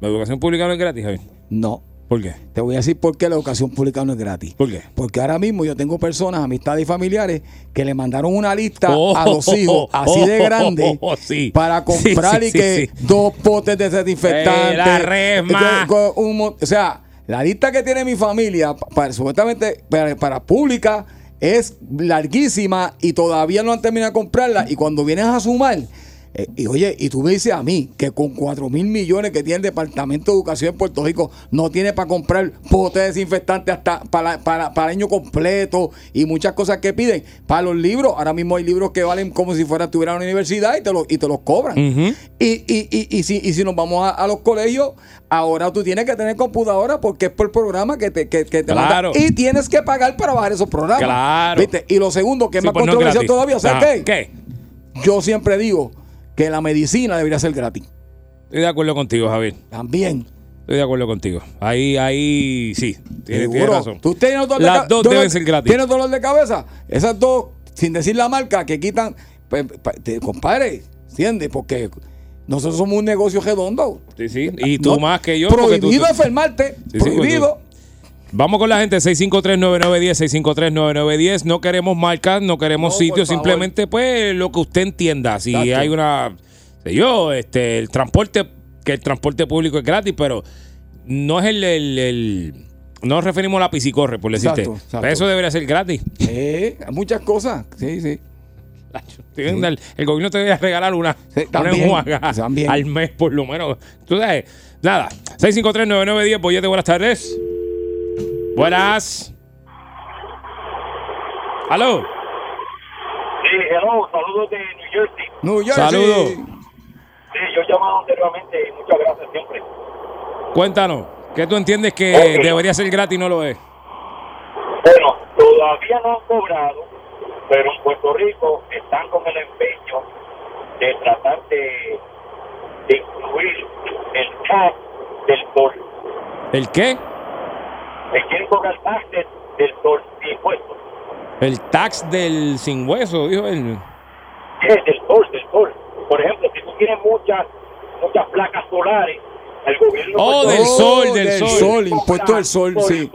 Speaker 2: la educación pública no es gratis, Javier.
Speaker 5: No.
Speaker 2: ¿Por qué?
Speaker 5: Te voy a decir por qué la educación pública no es gratis.
Speaker 2: ¿Por qué?
Speaker 5: Porque ahora mismo yo tengo personas, amistades y familiares, que le mandaron una lista
Speaker 2: Oh,
Speaker 5: a los hijos, así de
Speaker 2: oh,
Speaker 5: grande,
Speaker 2: oh, sí.
Speaker 5: para comprar
Speaker 2: Sí,
Speaker 5: y
Speaker 2: sí,
Speaker 5: que
Speaker 2: sí.
Speaker 5: dos potes de desinfectante.
Speaker 2: Eh, la resma.
Speaker 5: de- con un mon- o sea, la lista que tiene mi familia, pa- para, supuestamente para, para pública, es larguísima y todavía no han terminado de comprarla. Y cuando vienes a sumar. eh, y oye, y tú me dices a mí que con 4 mil millones que tiene el Departamento de Educación en Puerto Rico no tiene para comprar potes desinfectantes hasta para, para, para año completo y muchas cosas que piden. Para los libros, ahora mismo hay libros que valen como si fuera tuviera una universidad y te, lo, y te los cobran. Y, y, y, y si, y si nos vamos a, a los colegios, ahora tú tienes que tener computadora porque es por programa que te, que, que te
Speaker 2: Claro.
Speaker 5: manda. Y tienes que pagar para bajar esos programas.
Speaker 2: Claro.
Speaker 5: ¿Viste? Y lo segundo, que es
Speaker 2: Sí,
Speaker 5: más
Speaker 2: pues no es
Speaker 5: controversial
Speaker 2: gratis.
Speaker 5: todavía, ¿sabes
Speaker 2: Ajá.
Speaker 5: qué? Yo siempre digo que la medicina debería ser gratis.
Speaker 2: Estoy de acuerdo contigo, Javier.
Speaker 5: También.
Speaker 2: Estoy de acuerdo contigo. Ahí, ahí, sí. Tienes, tienes
Speaker 5: Seguro.
Speaker 2: razón.
Speaker 5: ¿Tú tienes dolor de ca-
Speaker 2: Las dos
Speaker 5: dolor-
Speaker 2: deben ser gratis.
Speaker 5: ¿Tienes dolor de cabeza? Esas dos, sin decir la marca, que quitan. pues, pa- te- compadre, ¿entiendes? Porque nosotros somos un negocio redondo.
Speaker 2: Sí, sí. Y tú
Speaker 5: No,
Speaker 2: más que yo. porque tú-
Speaker 5: Prohibido
Speaker 2: tú-
Speaker 5: enfermarte.
Speaker 2: Sí, sí, porque tú-
Speaker 5: prohibido.
Speaker 2: Vamos con la gente, 653-9910, 653-9910. No queremos marcas, no queremos
Speaker 5: No, por
Speaker 2: sitios,
Speaker 5: favor.
Speaker 2: simplemente pues lo que usted entienda. Si
Speaker 5: Exacto.
Speaker 2: hay una, sé yo, este, el transporte, que el transporte público es gratis, pero no es el, el- el- no nos referimos a la piscicorre, por decirte.
Speaker 5: Exacto, exacto.
Speaker 2: Eso debería ser gratis.
Speaker 5: Eh, muchas cosas. Sí, sí.
Speaker 2: Tienen El, el gobierno te debe regalar una, una
Speaker 5: también,
Speaker 2: enjuaga al mes, por lo menos. Tú sabes, nada. 653-9910, Bollete, buenas tardes. Buenas. Aló.
Speaker 11: Sí, hello, saludos de New Jersey.
Speaker 5: New
Speaker 2: Saludos.
Speaker 11: Sí, yo llamaba anteriormente y muchas gracias siempre.
Speaker 2: Cuéntanos, ¿qué tú entiendes que
Speaker 11: Ok.
Speaker 2: debería ser gratis y no lo es?
Speaker 11: Bueno, todavía no han cobrado, pero en Puerto Rico están con el empeño de tratar de, de incluir el tax del sol.
Speaker 2: ¿El qué?
Speaker 11: Me quieren cobrar taxes del sol y impuestos.
Speaker 2: El tax del sin hueso, dijo él.
Speaker 11: ¿Qué? Del sol, del sol. Por ejemplo, si tú tienes muchas, muchas placas solares, el gobierno...
Speaker 2: Oh, del sol, del
Speaker 5: del
Speaker 2: sol.
Speaker 5: sol, impuesto del sol,
Speaker 11: Por el
Speaker 5: sí.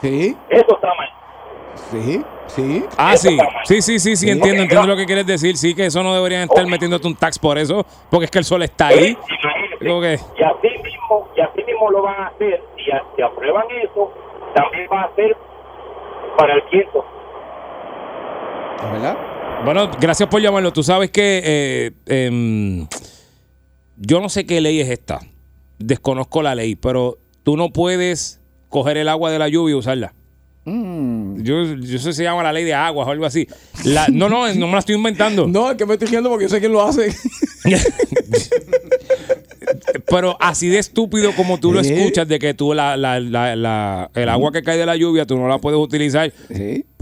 Speaker 5: Sí,
Speaker 11: Eso pues, está mal.
Speaker 5: sí, sí.
Speaker 2: Ah, sí. Sí, sí, sí, sí, entiendo, entiendo lo que quieres decir. Sí, que eso no deberían estar metiéndote un tax por eso, porque es que el sol está ahí. Como que-
Speaker 11: Y así mismo, y así mismo lo van a hacer, y a- si aprueban eso, también va a ser para el viento.
Speaker 2: Bueno, gracias por llamarlo. Tú sabes que eh, em, yo no sé qué ley es esta. Desconozco la ley, pero tú no puedes coger el agua de la lluvia y usarla. Yo, yo sé si se llama la ley de aguas o algo así. La- no, no, no me la estoy inventando.
Speaker 5: No, es que me estoy riendo porque yo sé quién lo hace.
Speaker 2: Pero así de estúpido como tú lo escuchas, de que tú la, la- la- la- el agua que cae de la lluvia, tú no la puedes utilizar.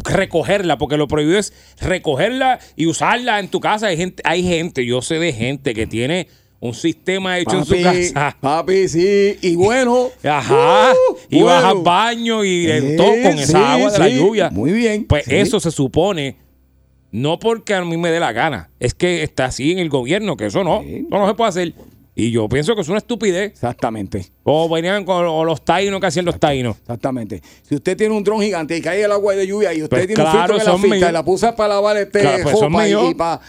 Speaker 2: Recogerla, porque lo prohibido es recogerla y usarla en tu casa. Hay gente, hay gente, yo sé de gente que tiene un sistema hecho
Speaker 5: Papi,
Speaker 2: en su casa.
Speaker 5: Papi, sí, y bueno.
Speaker 2: Ajá.
Speaker 5: uh,
Speaker 2: y
Speaker 5: bueno.
Speaker 2: vas al baño y
Speaker 5: Sí,
Speaker 2: el todo con
Speaker 5: sí,
Speaker 2: esa agua de la
Speaker 5: sí.
Speaker 2: lluvia.
Speaker 5: Muy bien.
Speaker 2: Pues
Speaker 5: sí.
Speaker 2: eso se supone, no porque a mí me dé la gana, es que está así en el gobierno, que eso no, no, no se puede hacer. Y yo pienso que es una estupidez.
Speaker 5: Exactamente.
Speaker 2: O venían con o los taínos que hacían los taínos.
Speaker 5: Exactamente. Si usted tiene un dron gigante y cae el agua de lluvia y usted
Speaker 2: Pues
Speaker 5: tiene un
Speaker 2: claro,
Speaker 5: filtro que la
Speaker 2: son
Speaker 5: fita
Speaker 2: míos.
Speaker 5: y la puse para lavar este
Speaker 2: Claro, pues son
Speaker 5: jopa
Speaker 2: míos.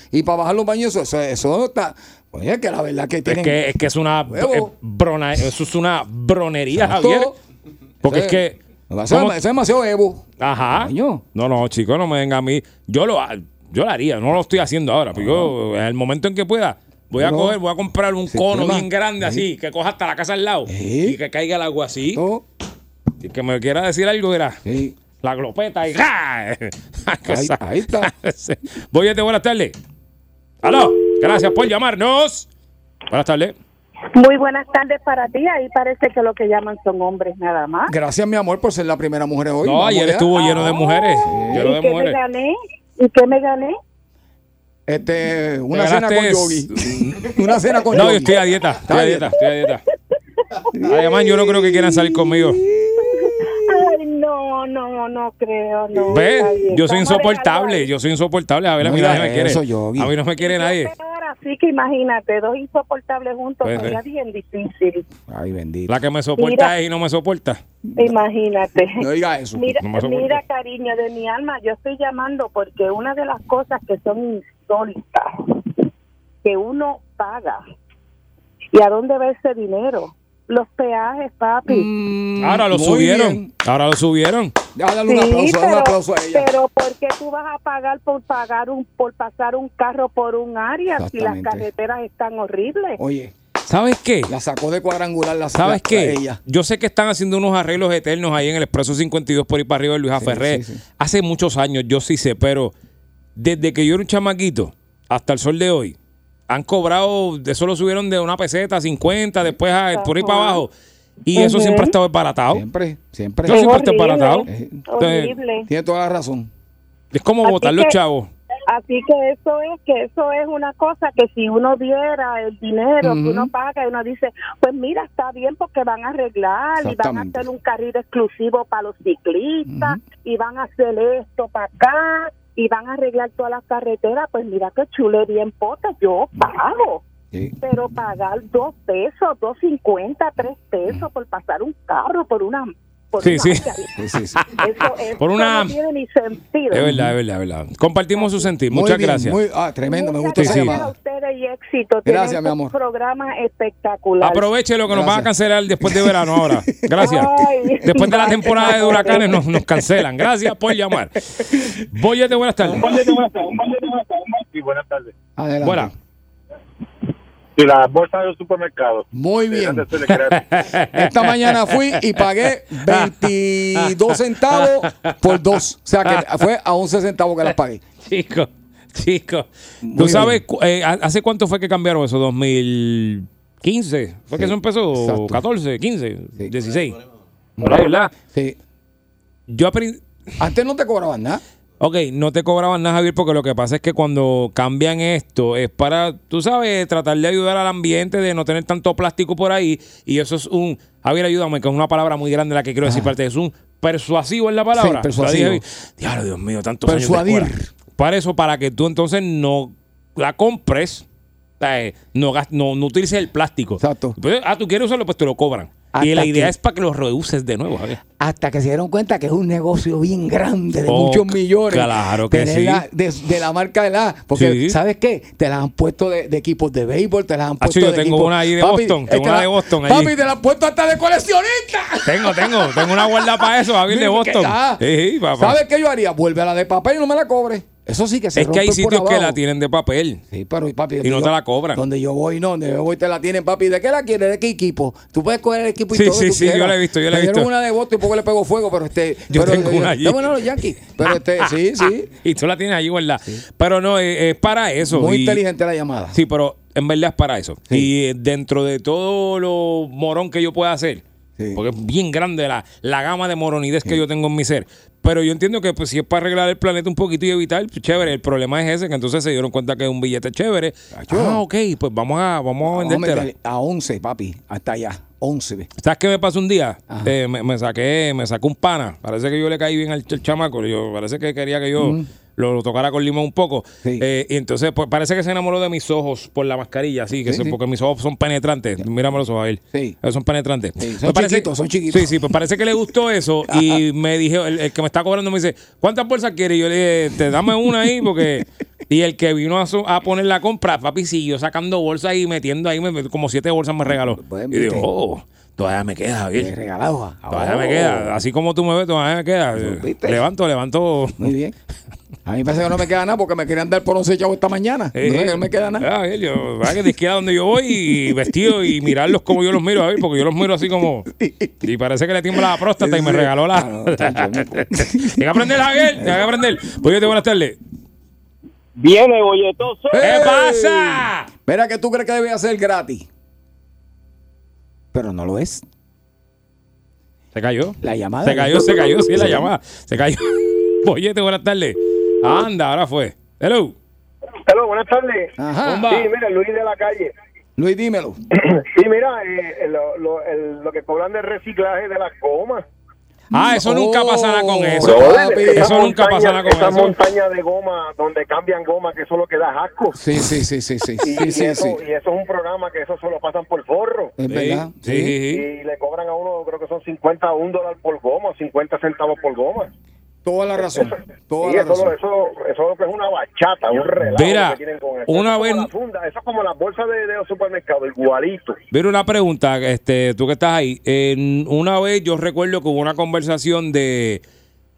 Speaker 5: y, para bajar los baños, eso, eso, eso está. Oye, que la verdad que
Speaker 2: Es
Speaker 5: tienen.
Speaker 2: que, es que es una
Speaker 5: Huevo.
Speaker 2: eh, brona- eso es una bronería,
Speaker 5: Exacto.
Speaker 2: Javier. Porque
Speaker 5: Eso
Speaker 2: es que
Speaker 5: Eso,
Speaker 2: ¿cómo-
Speaker 5: es, eso es demasiado Evo.
Speaker 2: Ajá. No, no, chicos, no me venga a mí. Yo lo, yo lo haría, no lo estoy haciendo ahora. Pero yo, en el momento en que pueda, voy a
Speaker 5: No.
Speaker 2: coger, voy a comprar un
Speaker 5: Sí,
Speaker 2: cono
Speaker 5: prima.
Speaker 2: bien grande así, que coja hasta la casa al lado y que caiga el agua así. Y que me quiera decir algo, era la glopeta y ¡ja!
Speaker 5: Ahí- ahí está.
Speaker 2: voy a buenas tardes. ¡Aló! Gracias por llamarnos. Buenas tardes.
Speaker 14: Muy buenas tardes para ti. Ahí parece que lo que llaman son hombres nada más.
Speaker 5: Gracias, mi amor, por ser la primera mujer hoy.
Speaker 2: No,
Speaker 5: Vamos
Speaker 2: ayer
Speaker 5: allá.
Speaker 2: estuvo lleno de mujeres.
Speaker 14: ¿Y
Speaker 2: Lleno de
Speaker 14: Ah, qué me
Speaker 2: mujeres.
Speaker 14: gané? ¿Y qué me gané?
Speaker 5: Este,
Speaker 2: Te
Speaker 5: una cena con
Speaker 2: ganaste-
Speaker 5: yogi. una cena con
Speaker 2: No,
Speaker 5: yogi.
Speaker 2: yo estoy a dieta, estoy a dieta, estoy a dieta. Además, yo no creo que quieran salir conmigo.
Speaker 14: Ay, no, no, no creo, no.
Speaker 2: ¿Ves?
Speaker 14: está bien.
Speaker 2: Yo soy
Speaker 14: Vamos a dejarlo
Speaker 2: insoportable, yo soy insoportable. A ver, a
Speaker 5: No
Speaker 2: mí nadie
Speaker 5: digas
Speaker 2: me quiere.
Speaker 5: eso, Yogi.
Speaker 2: A mí no me quiere nadie.
Speaker 14: ahora, Así que imagínate, dos insoportables juntos
Speaker 2: Pues,
Speaker 14: sería
Speaker 2: eh.
Speaker 14: bien difícil.
Speaker 5: Ay, bendito.
Speaker 2: La que me soporta
Speaker 14: Mira.
Speaker 2: es y no me soporta.
Speaker 14: Imagínate.
Speaker 2: No diga eso.
Speaker 14: Mira,
Speaker 2: No me soporta.
Speaker 14: mira, cariño de mi alma, yo estoy llamando porque una de las cosas que son insólitas, que uno paga, ¿y a dónde va ese dinero? Los peajes, papi.
Speaker 2: Ahora lo
Speaker 5: Muy
Speaker 2: subieron. Ahora lo subieron.
Speaker 5: Dale un
Speaker 14: Sí,
Speaker 5: aplauso, dale un
Speaker 14: pero-
Speaker 5: aplauso a ella.
Speaker 14: Pero ¿por qué tú vas a pagar por pagar un por pasar un carro por un área si las
Speaker 5: Exactamente.
Speaker 14: carreteras están horribles?
Speaker 5: Oye,
Speaker 2: ¿Sabes qué?
Speaker 5: La sacó de cuadrangular, la
Speaker 2: ¿Sabes
Speaker 5: la-
Speaker 2: qué?
Speaker 5: Ella.
Speaker 2: Yo sé que están haciendo unos arreglos eternos ahí en el Expreso 52 por ir para arriba de Luis A. Ferré. Hace muchos años, yo sí sé, pero desde que yo era un chamaquito hasta el sol de hoy, han cobrado, de eso lo subieron de una peseta a 50, después a- por ahí para abajo. Y eso
Speaker 5: Ujú.
Speaker 2: siempre ha estado desbaratado.
Speaker 5: Siempre, siempre.
Speaker 2: Eso siempre está desbaratado.
Speaker 5: Eh,
Speaker 2: Entonces,
Speaker 14: Horrible.
Speaker 5: Tiene toda la razón.
Speaker 2: Es como
Speaker 14: Así
Speaker 2: votar los
Speaker 14: que-
Speaker 2: chavos.
Speaker 14: Así que eso es que eso es una cosa que si uno viera el dinero
Speaker 2: Ujú.
Speaker 14: que uno paga y uno dice, pues mira, está bien porque van a arreglar y van a
Speaker 5: Exactamente.
Speaker 14: hacer un carril exclusivo para los ciclistas y van a hacer esto para acá y van a arreglar todas las carreteras, pues mira qué chule bien pota, yo pago. Pero pagar dos pesos, dos cincuenta, tres pesos por pasar un carro por una por
Speaker 2: Sí,
Speaker 14: una
Speaker 2: sí.
Speaker 14: área. Eso, eso
Speaker 2: Por una-
Speaker 14: no tiene ni sentido.
Speaker 2: Es verdad, es verdad, es verdad. Compartimos su sentir.
Speaker 5: Muy
Speaker 2: Muchas
Speaker 5: bien,
Speaker 2: gracias.
Speaker 5: muy- ah, tremendo, me gusta
Speaker 2: Sí,
Speaker 5: esa
Speaker 2: sí.
Speaker 5: llamada.
Speaker 14: a ustedes y éxito.
Speaker 5: Gracias,
Speaker 14: Tienen
Speaker 5: mi
Speaker 14: un
Speaker 5: amor.
Speaker 14: programa espectacular.
Speaker 2: Aproveche lo que nos van a cancelar después de verano ahora. Gracias.
Speaker 14: Ay.
Speaker 2: Después de la temporada de huracanes nos, nos cancelan. Gracias por llamar. Boyete, buenas tardes.
Speaker 11: Sí, buenas tardes.
Speaker 5: Adelante.
Speaker 2: Buenas.
Speaker 11: Y las bolsas de los supermercados.
Speaker 5: Muy bien.
Speaker 11: Esta
Speaker 5: Esta mañana fui y pagué 22 centavos por dos. O sea que fue a 11 centavos que las pagué.
Speaker 2: Chico, chico. ¿Tú
Speaker 5: Muy
Speaker 2: sabes cu- eh, ha- hace cuánto fue que cambiaron eso? ¿2015? ¿Fue que eso empezó? ¿14? ¿15? ¿16? Por ahí, ¿verdad?
Speaker 5: Sí.
Speaker 2: Yo aprendí...
Speaker 5: Antes no te cobraban nada.
Speaker 2: Ok, no te cobraban nada, Javier, porque lo que pasa es que cuando cambian esto es para, tú sabes, tratar de ayudar al ambiente, de no tener tanto plástico por ahí. Y eso es un, Javier, ayúdame, que es una palabra muy grande la que quiero decir parte. Es un persuasivo es la palabra.
Speaker 5: Sí, persuasivo.
Speaker 2: La dije, Diablo, Dios mío, tantos
Speaker 5: Persuadir.
Speaker 2: años de escuela. Para eso, para que tú entonces no la compres, eh, no, gas- no, no utilices el plástico. Exacto. ah, tú quieres usarlo, pues te lo cobran. y
Speaker 5: Ah,
Speaker 13: Hasta
Speaker 2: la idea
Speaker 13: que-
Speaker 2: es para que lo reuses de nuevo, Javier.
Speaker 13: Hasta que se dieron cuenta que es un negocio bien grande, de
Speaker 2: Oh,
Speaker 13: muchos millones.
Speaker 2: claro que
Speaker 13: Tener
Speaker 2: sí.
Speaker 13: la- de, de la marca de la. Porque,
Speaker 2: Sí.
Speaker 13: ¿sabes qué? Te las han puesto de, de equipos de béisbol, te las han
Speaker 2: Ah,
Speaker 13: puesto.
Speaker 2: yo
Speaker 13: de
Speaker 2: tengo
Speaker 13: equipos-
Speaker 2: una ahí de Boston, tengo
Speaker 13: eh, te
Speaker 2: una
Speaker 13: la-
Speaker 2: de Boston allí.
Speaker 13: Papi, te la han puesto hasta de coleccionista.
Speaker 2: Tengo, tengo, tengo una guarda para eso, Javier de
Speaker 13: Mira, que
Speaker 2: Boston.
Speaker 13: está.
Speaker 2: Sí, sí, papá.
Speaker 5: ¿Sabes qué yo haría? Vuelve a la de papel y no me la cobre. Eso sí que se
Speaker 2: es que hay
Speaker 5: rompe por
Speaker 2: sitios que
Speaker 5: abajo.
Speaker 2: la tienen de papel.
Speaker 5: Sí, pero papi,
Speaker 2: y no
Speaker 5: yo-
Speaker 2: te la cobran.
Speaker 5: Donde yo voy, no, donde yo voy te la tienen, papi. ¿De qué la quieres? ¿De qué equipo? Tú puedes coger el equipo y
Speaker 2: Sí,
Speaker 5: todo. lo
Speaker 2: sí,
Speaker 5: que tú
Speaker 2: sí,
Speaker 5: quieras.
Speaker 2: yo la he visto, yo la he
Speaker 5: Me dieron
Speaker 2: visto.
Speaker 5: una de Boston y poco le pego fuego, pero este.
Speaker 2: Yo
Speaker 5: pero-
Speaker 2: tengo una allí.
Speaker 5: Yo, bueno, los Yankees. Pero este, sí, sí.
Speaker 2: Y tú la tienes allí, ¿verdad? Pero no, eh, es para eso.
Speaker 5: Muy
Speaker 2: y-
Speaker 5: inteligente la llamada.
Speaker 2: Sí, pero en verdad es para eso. Y eh, dentro de todo lo morón que yo pueda hacer, Porque es bien grande la, la gama de moronidez que yo tengo en mi ser. Pero yo entiendo que pues, si es para arreglar el planeta un poquito y evitar, pues, chévere. El problema es ese, que entonces se dieron cuenta que es un billete chévere. Ah, ok, pues vamos a, vamos a
Speaker 5: Vamos a
Speaker 2: vendértela.
Speaker 5: meterle a 11, papi, hasta allá, 11.
Speaker 2: ¿Sabes qué me pasó un día? Eh, me, me saqué, me sacó un pana. Parece que yo le caí bien al ch- chamaco. Yo, parece que quería que yo
Speaker 5: Mm.
Speaker 2: lo, lo tocara con limón un poco. Eh, y entonces, pues, parece que se enamoró de mis ojos por la mascarilla, así que
Speaker 5: Sí,
Speaker 2: se-
Speaker 5: sí.
Speaker 2: porque mis ojos son penetrantes. Mírame los ojos a él. Eh, Son penetrantes.
Speaker 5: son chiquitos, son chiquitos.
Speaker 2: Sí, sí, pues parece que le gustó eso. y me dije, el, el que me está cobrando me dice, ¿cuántas bolsas quieres? Y yo le dije, te dame una ahí, porque. Y el que vino a, su- a poner la compra, papi, siguió sacando bolsas y metiendo ahí, me- me- como siete bolsas me regaló.
Speaker 5: Pues,
Speaker 2: Y digo, oh, todavía me queda, Javier.
Speaker 5: Te regalaba.
Speaker 2: Todavía
Speaker 5: Oh. Pues,
Speaker 2: me queda. Así como tú me ves, todavía me queda. Levanto, levanto.
Speaker 5: Muy bien. A mí me parece que no me queda nada porque me querían dar por 11 chavos esta mañana.
Speaker 2: Eh,
Speaker 5: no, sé,
Speaker 2: eh.
Speaker 5: no me queda nada.
Speaker 2: Ah, Javier, yo, ¿verdad que te queda donde yo voy y vestido y mirarlos como yo los miro, Javier? Porque yo los miro así como. Y parece que le tiembla la próstata y me regaló la.
Speaker 5: Ah,
Speaker 2: Hay que aprender, Javier. Hay que aprender. Pues Bollete, buenas tardes.
Speaker 11: Viene, bolletoso.
Speaker 2: ¿Qué
Speaker 5: ¡Eh!
Speaker 2: pasa?
Speaker 5: Mira que tú crees que debe hacer gratis. Pero no lo es.
Speaker 2: Se cayó.
Speaker 5: La llamada.
Speaker 2: Se cayó, se cayó, sí, la llamada. Se cayó. Bollete, buenas tardes. Anda, ahora fue. Hello.
Speaker 11: Hello, buenas tardes.
Speaker 2: Bomba.
Speaker 11: Sí, mira, Luis de la calle.
Speaker 5: Luis, dímelo.
Speaker 11: Sí, mira, eh, lo, lo- el- lo que cobran del reciclaje de las gomas.
Speaker 2: Ah,
Speaker 5: Oh.
Speaker 2: eso nunca pasará con eso.
Speaker 11: Brother, esa
Speaker 2: eso nunca
Speaker 11: montaña-
Speaker 2: pasará con
Speaker 11: esa
Speaker 2: eso.
Speaker 11: montaña de goma donde cambian goma, que eso es lo que da asco.
Speaker 5: Sí, sí, sí, sí, sí.
Speaker 11: Y,
Speaker 5: sí,
Speaker 11: y
Speaker 5: sí,
Speaker 11: eso,
Speaker 5: sí.
Speaker 11: y eso es un programa que eso solo pasan por forro.
Speaker 5: Es verdad.
Speaker 2: Sí, sí, sí.
Speaker 11: Y le cobran a uno, creo que son 50 un dólar por goma, 50 centavos por goma.
Speaker 5: Toda la razón. Toda
Speaker 11: Sí,
Speaker 5: la
Speaker 11: eso,
Speaker 5: razón.
Speaker 11: Eso, eso lo que es una bachata, un relajo
Speaker 2: Mira,
Speaker 11: que tienen con eso.
Speaker 2: una
Speaker 11: Eso es como
Speaker 2: vez-
Speaker 11: la funda, eso es como las bolsas de, de los supermercados, igualito.
Speaker 2: Pero una pregunta, este, tú que estás ahí. En- una vez yo recuerdo que hubo una conversación de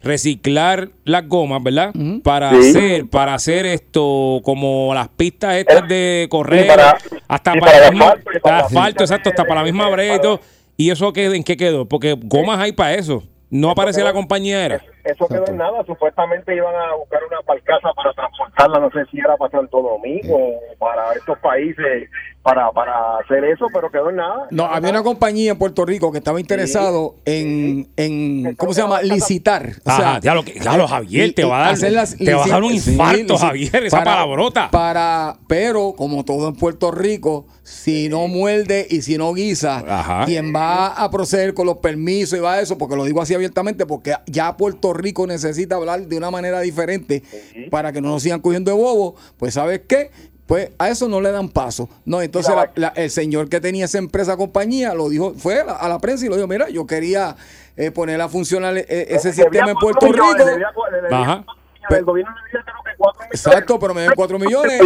Speaker 2: reciclar las gomas, ¿verdad? Para
Speaker 11: Sí.
Speaker 2: hacer, para hacer esto, como las pistas estas de correr,
Speaker 11: sí, para-
Speaker 2: hasta
Speaker 11: sí,
Speaker 2: para,
Speaker 11: para
Speaker 2: el
Speaker 11: el
Speaker 2: mismo-
Speaker 11: asfalto y para
Speaker 2: para
Speaker 11: la-
Speaker 2: asfalto, exacto, hasta para la misma brea y todo. ¿Y eso qué, en qué quedó? Porque gomas hay para eso. No aparecía la compañía era.
Speaker 11: Eso quedó en nada, supuestamente iban a buscar una palcaza para transportarla, no sé si era para Santo Domingo o para estos países, para, para hacer eso, pero quedó en nada.
Speaker 5: No, había una compañía en Puerto Rico que estaba interesado en, en ¿cómo se llama? Licitar. O
Speaker 2: Ajá,
Speaker 5: sea,
Speaker 2: diablo, que- diablo, Javier, te va a dar-
Speaker 5: hacer
Speaker 2: te va a dar un
Speaker 5: lici-
Speaker 2: infarto,
Speaker 5: lici-
Speaker 2: Javier, esa palabrota.
Speaker 5: Para, pero como todo en Puerto Rico, si no muerde y si no guisa, quien va a proceder con los permisos y va a eso, porque lo digo así abiertamente, porque ya Puerto Rico necesita hablar de una manera diferente para que no nos sigan cogiendo de bobo, pues ¿sabes qué? Pues a eso no le dan paso. No, entonces la- la- el señor que tenía esa empresa compañía lo dijo, fue a la, a la prensa y lo dijo, mira, yo quería eh, poner a funcionar eh, ese sistema en Puerto Rico.
Speaker 11: Le debía- le debía-
Speaker 5: Ajá.
Speaker 11: El gobierno le debía creo que cuatro millones.
Speaker 5: Exacto, pero me den 4 millones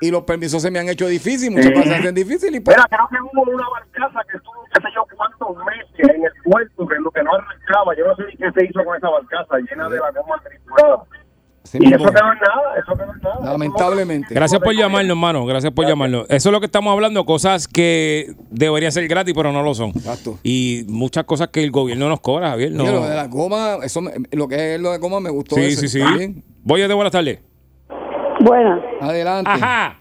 Speaker 5: y, y los permisos se me han hecho difícil, muchas
Speaker 11: Sí.
Speaker 5: cosas se hacen difíciles. Y pues,
Speaker 11: Mira, creo que hubo una barcaza que estuvo, qué sé yo, cuántos meses en el puerto, que lo que no arrancaba, yo no sé ni qué se hizo con esa barcaza llena de la goma triturada.
Speaker 5: Sí,
Speaker 11: y eso
Speaker 2: bueno.
Speaker 11: quedó en nada, eso quedó en nada.
Speaker 5: lamentablemente.
Speaker 2: Gracias por llamarnos, hermano. Gracias por llamarnos. Eso es lo que estamos hablando, cosas que deberían ser gratis, pero no lo son. Y muchas cosas que el gobierno nos cobra, Javier. No.
Speaker 5: Oye, lo de la goma, eso me- lo que es lo de goma me gustó. Ah.
Speaker 2: sí,
Speaker 5: eso
Speaker 2: sí, sí,
Speaker 5: también.
Speaker 2: Voy de buenas tardes.
Speaker 14: Buenas.
Speaker 5: Adelante.
Speaker 2: Ajá.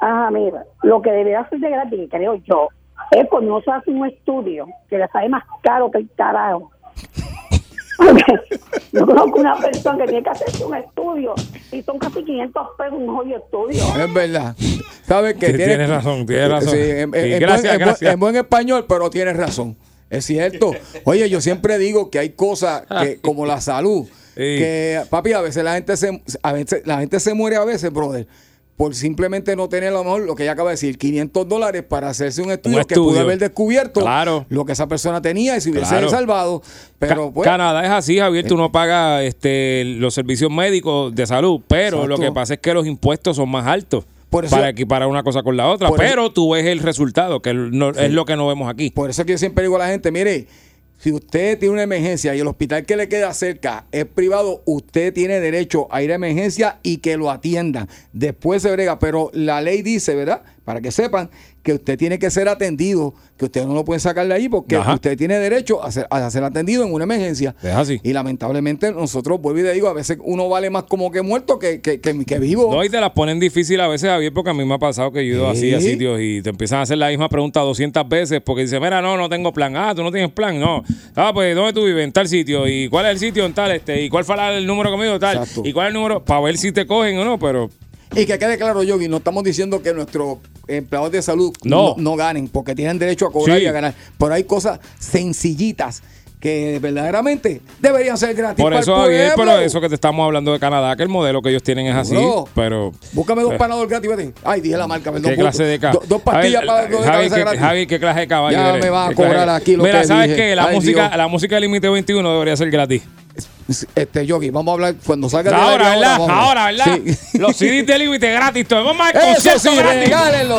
Speaker 14: Ajá, mira, lo que debería ser de gratis, creo yo, es cuando no se hace un estudio que le sale más caro que el carajo. yo conozco una persona que tiene que hacerse un estudio y son casi 500 pesos un jodido estudio.
Speaker 5: Es verdad. Sabes que
Speaker 2: Sí, tienes razón, tienes razón.
Speaker 5: Sí, en- en-
Speaker 2: Sí, gracias,
Speaker 5: en buen- en buen-
Speaker 2: gracias.
Speaker 5: en buen español, pero tienes razón. Es cierto. Oye, yo siempre digo que hay cosas que, como la salud, que papi, a veces la gente se a veces, la gente se muere a veces, brother, por simplemente no tener a lo mejor lo que ella acaba de decir, 500 dólares para hacerse un estudio, que pudo
Speaker 2: estudio.
Speaker 5: haber descubierto
Speaker 2: Claro.
Speaker 5: lo que esa persona tenía y se hubiese
Speaker 2: Claro.
Speaker 5: salvado, pero
Speaker 2: Ca-
Speaker 5: pues eh.
Speaker 2: Canadá es así, Javier. Tú no pagas este, los servicios médicos de salud, pero
Speaker 5: Exacto.
Speaker 2: lo que pasa es que los impuestos son más altos
Speaker 5: Por eso-
Speaker 2: para equiparar una cosa con la otra.
Speaker 5: Por eso-
Speaker 2: Pero tú ves el resultado, que no- es lo que no vemos aquí.
Speaker 5: Por eso es que yo siempre digo a la gente, mire, si usted tiene una emergencia y el hospital que le queda cerca es privado, usted tiene derecho a ir a emergencia y que lo atiendan. Después se brega, pero la ley dice, ¿verdad? para que sepan que usted tiene que ser atendido, que usted no lo puede sacar de ahí porque
Speaker 2: Ajá.
Speaker 5: usted tiene derecho a ser, a ser atendido en una emergencia.
Speaker 2: Es así.
Speaker 5: Y lamentablemente nosotros, vuelvo y te digo, a veces uno vale más como que muerto que, que, que- que vivo.
Speaker 2: No, y te las ponen difícil a veces, Javier, porque a mí me ha pasado que yo he ido así a
Speaker 5: Sí.
Speaker 2: sitios y te empiezan a hacer la misma pregunta 200 veces porque dice, mira, no, no tengo plan. Ah, tú no tienes plan, no. Ah, pues, ¿dónde tú vives? En tal sitio. ¿Y cuál es el sitio? En tal, este. ¿Y cuál fue la- el número conmigo? Tal. ¿Y cuál es el número? Para ver si te cogen o no, pero...
Speaker 5: Y que quede claro, Yogi, no estamos diciendo que nuestros empleados de salud
Speaker 2: No.
Speaker 5: ganen, porque tienen derecho a cobrar
Speaker 2: Sí.
Speaker 5: y a ganar. Pero hay cosas sencillitas que verdaderamente deberían ser gratis.
Speaker 2: Por
Speaker 5: para el
Speaker 2: eso, Javier,
Speaker 5: pueblo.
Speaker 2: pero eh, eso que te estamos hablando de Canadá, que el modelo que ellos tienen es así,
Speaker 5: Bro,
Speaker 2: pero...
Speaker 5: Búscame dos
Speaker 2: Eh.
Speaker 5: panadores gratis, vete. Ay, dije la marca, perdón.
Speaker 2: ¿Qué
Speaker 5: punto.
Speaker 2: clase de ca-
Speaker 5: Do- dos pastillas
Speaker 2: Javi,
Speaker 5: para dolor de
Speaker 2: Javi,
Speaker 5: cabeza
Speaker 2: ¿qué-
Speaker 5: gratis.
Speaker 2: Javi, ¿qué clase de caballo?
Speaker 5: Ya
Speaker 2: eres?
Speaker 5: me vas a
Speaker 2: ¿Qué clase
Speaker 5: cobrar
Speaker 2: de-
Speaker 5: aquí lo
Speaker 2: Mira,
Speaker 5: que
Speaker 2: ¿sabes
Speaker 5: dije?
Speaker 2: qué? La
Speaker 5: Ay,
Speaker 2: música,
Speaker 5: Dios.
Speaker 2: la música del límite 21 debería ser gratis.
Speaker 5: Este, Yogi, vamos a hablar cuando salga del
Speaker 2: Ahora,
Speaker 5: aire,
Speaker 2: ¿verdad?
Speaker 5: vamos a
Speaker 2: Ahora,
Speaker 5: hablar.
Speaker 2: ¿verdad?
Speaker 5: Sí.
Speaker 2: Los CDs de límite gratis. todo. Vamos al
Speaker 5: Eso
Speaker 2: concierto
Speaker 5: sí,
Speaker 2: gratis.
Speaker 5: regálenlo.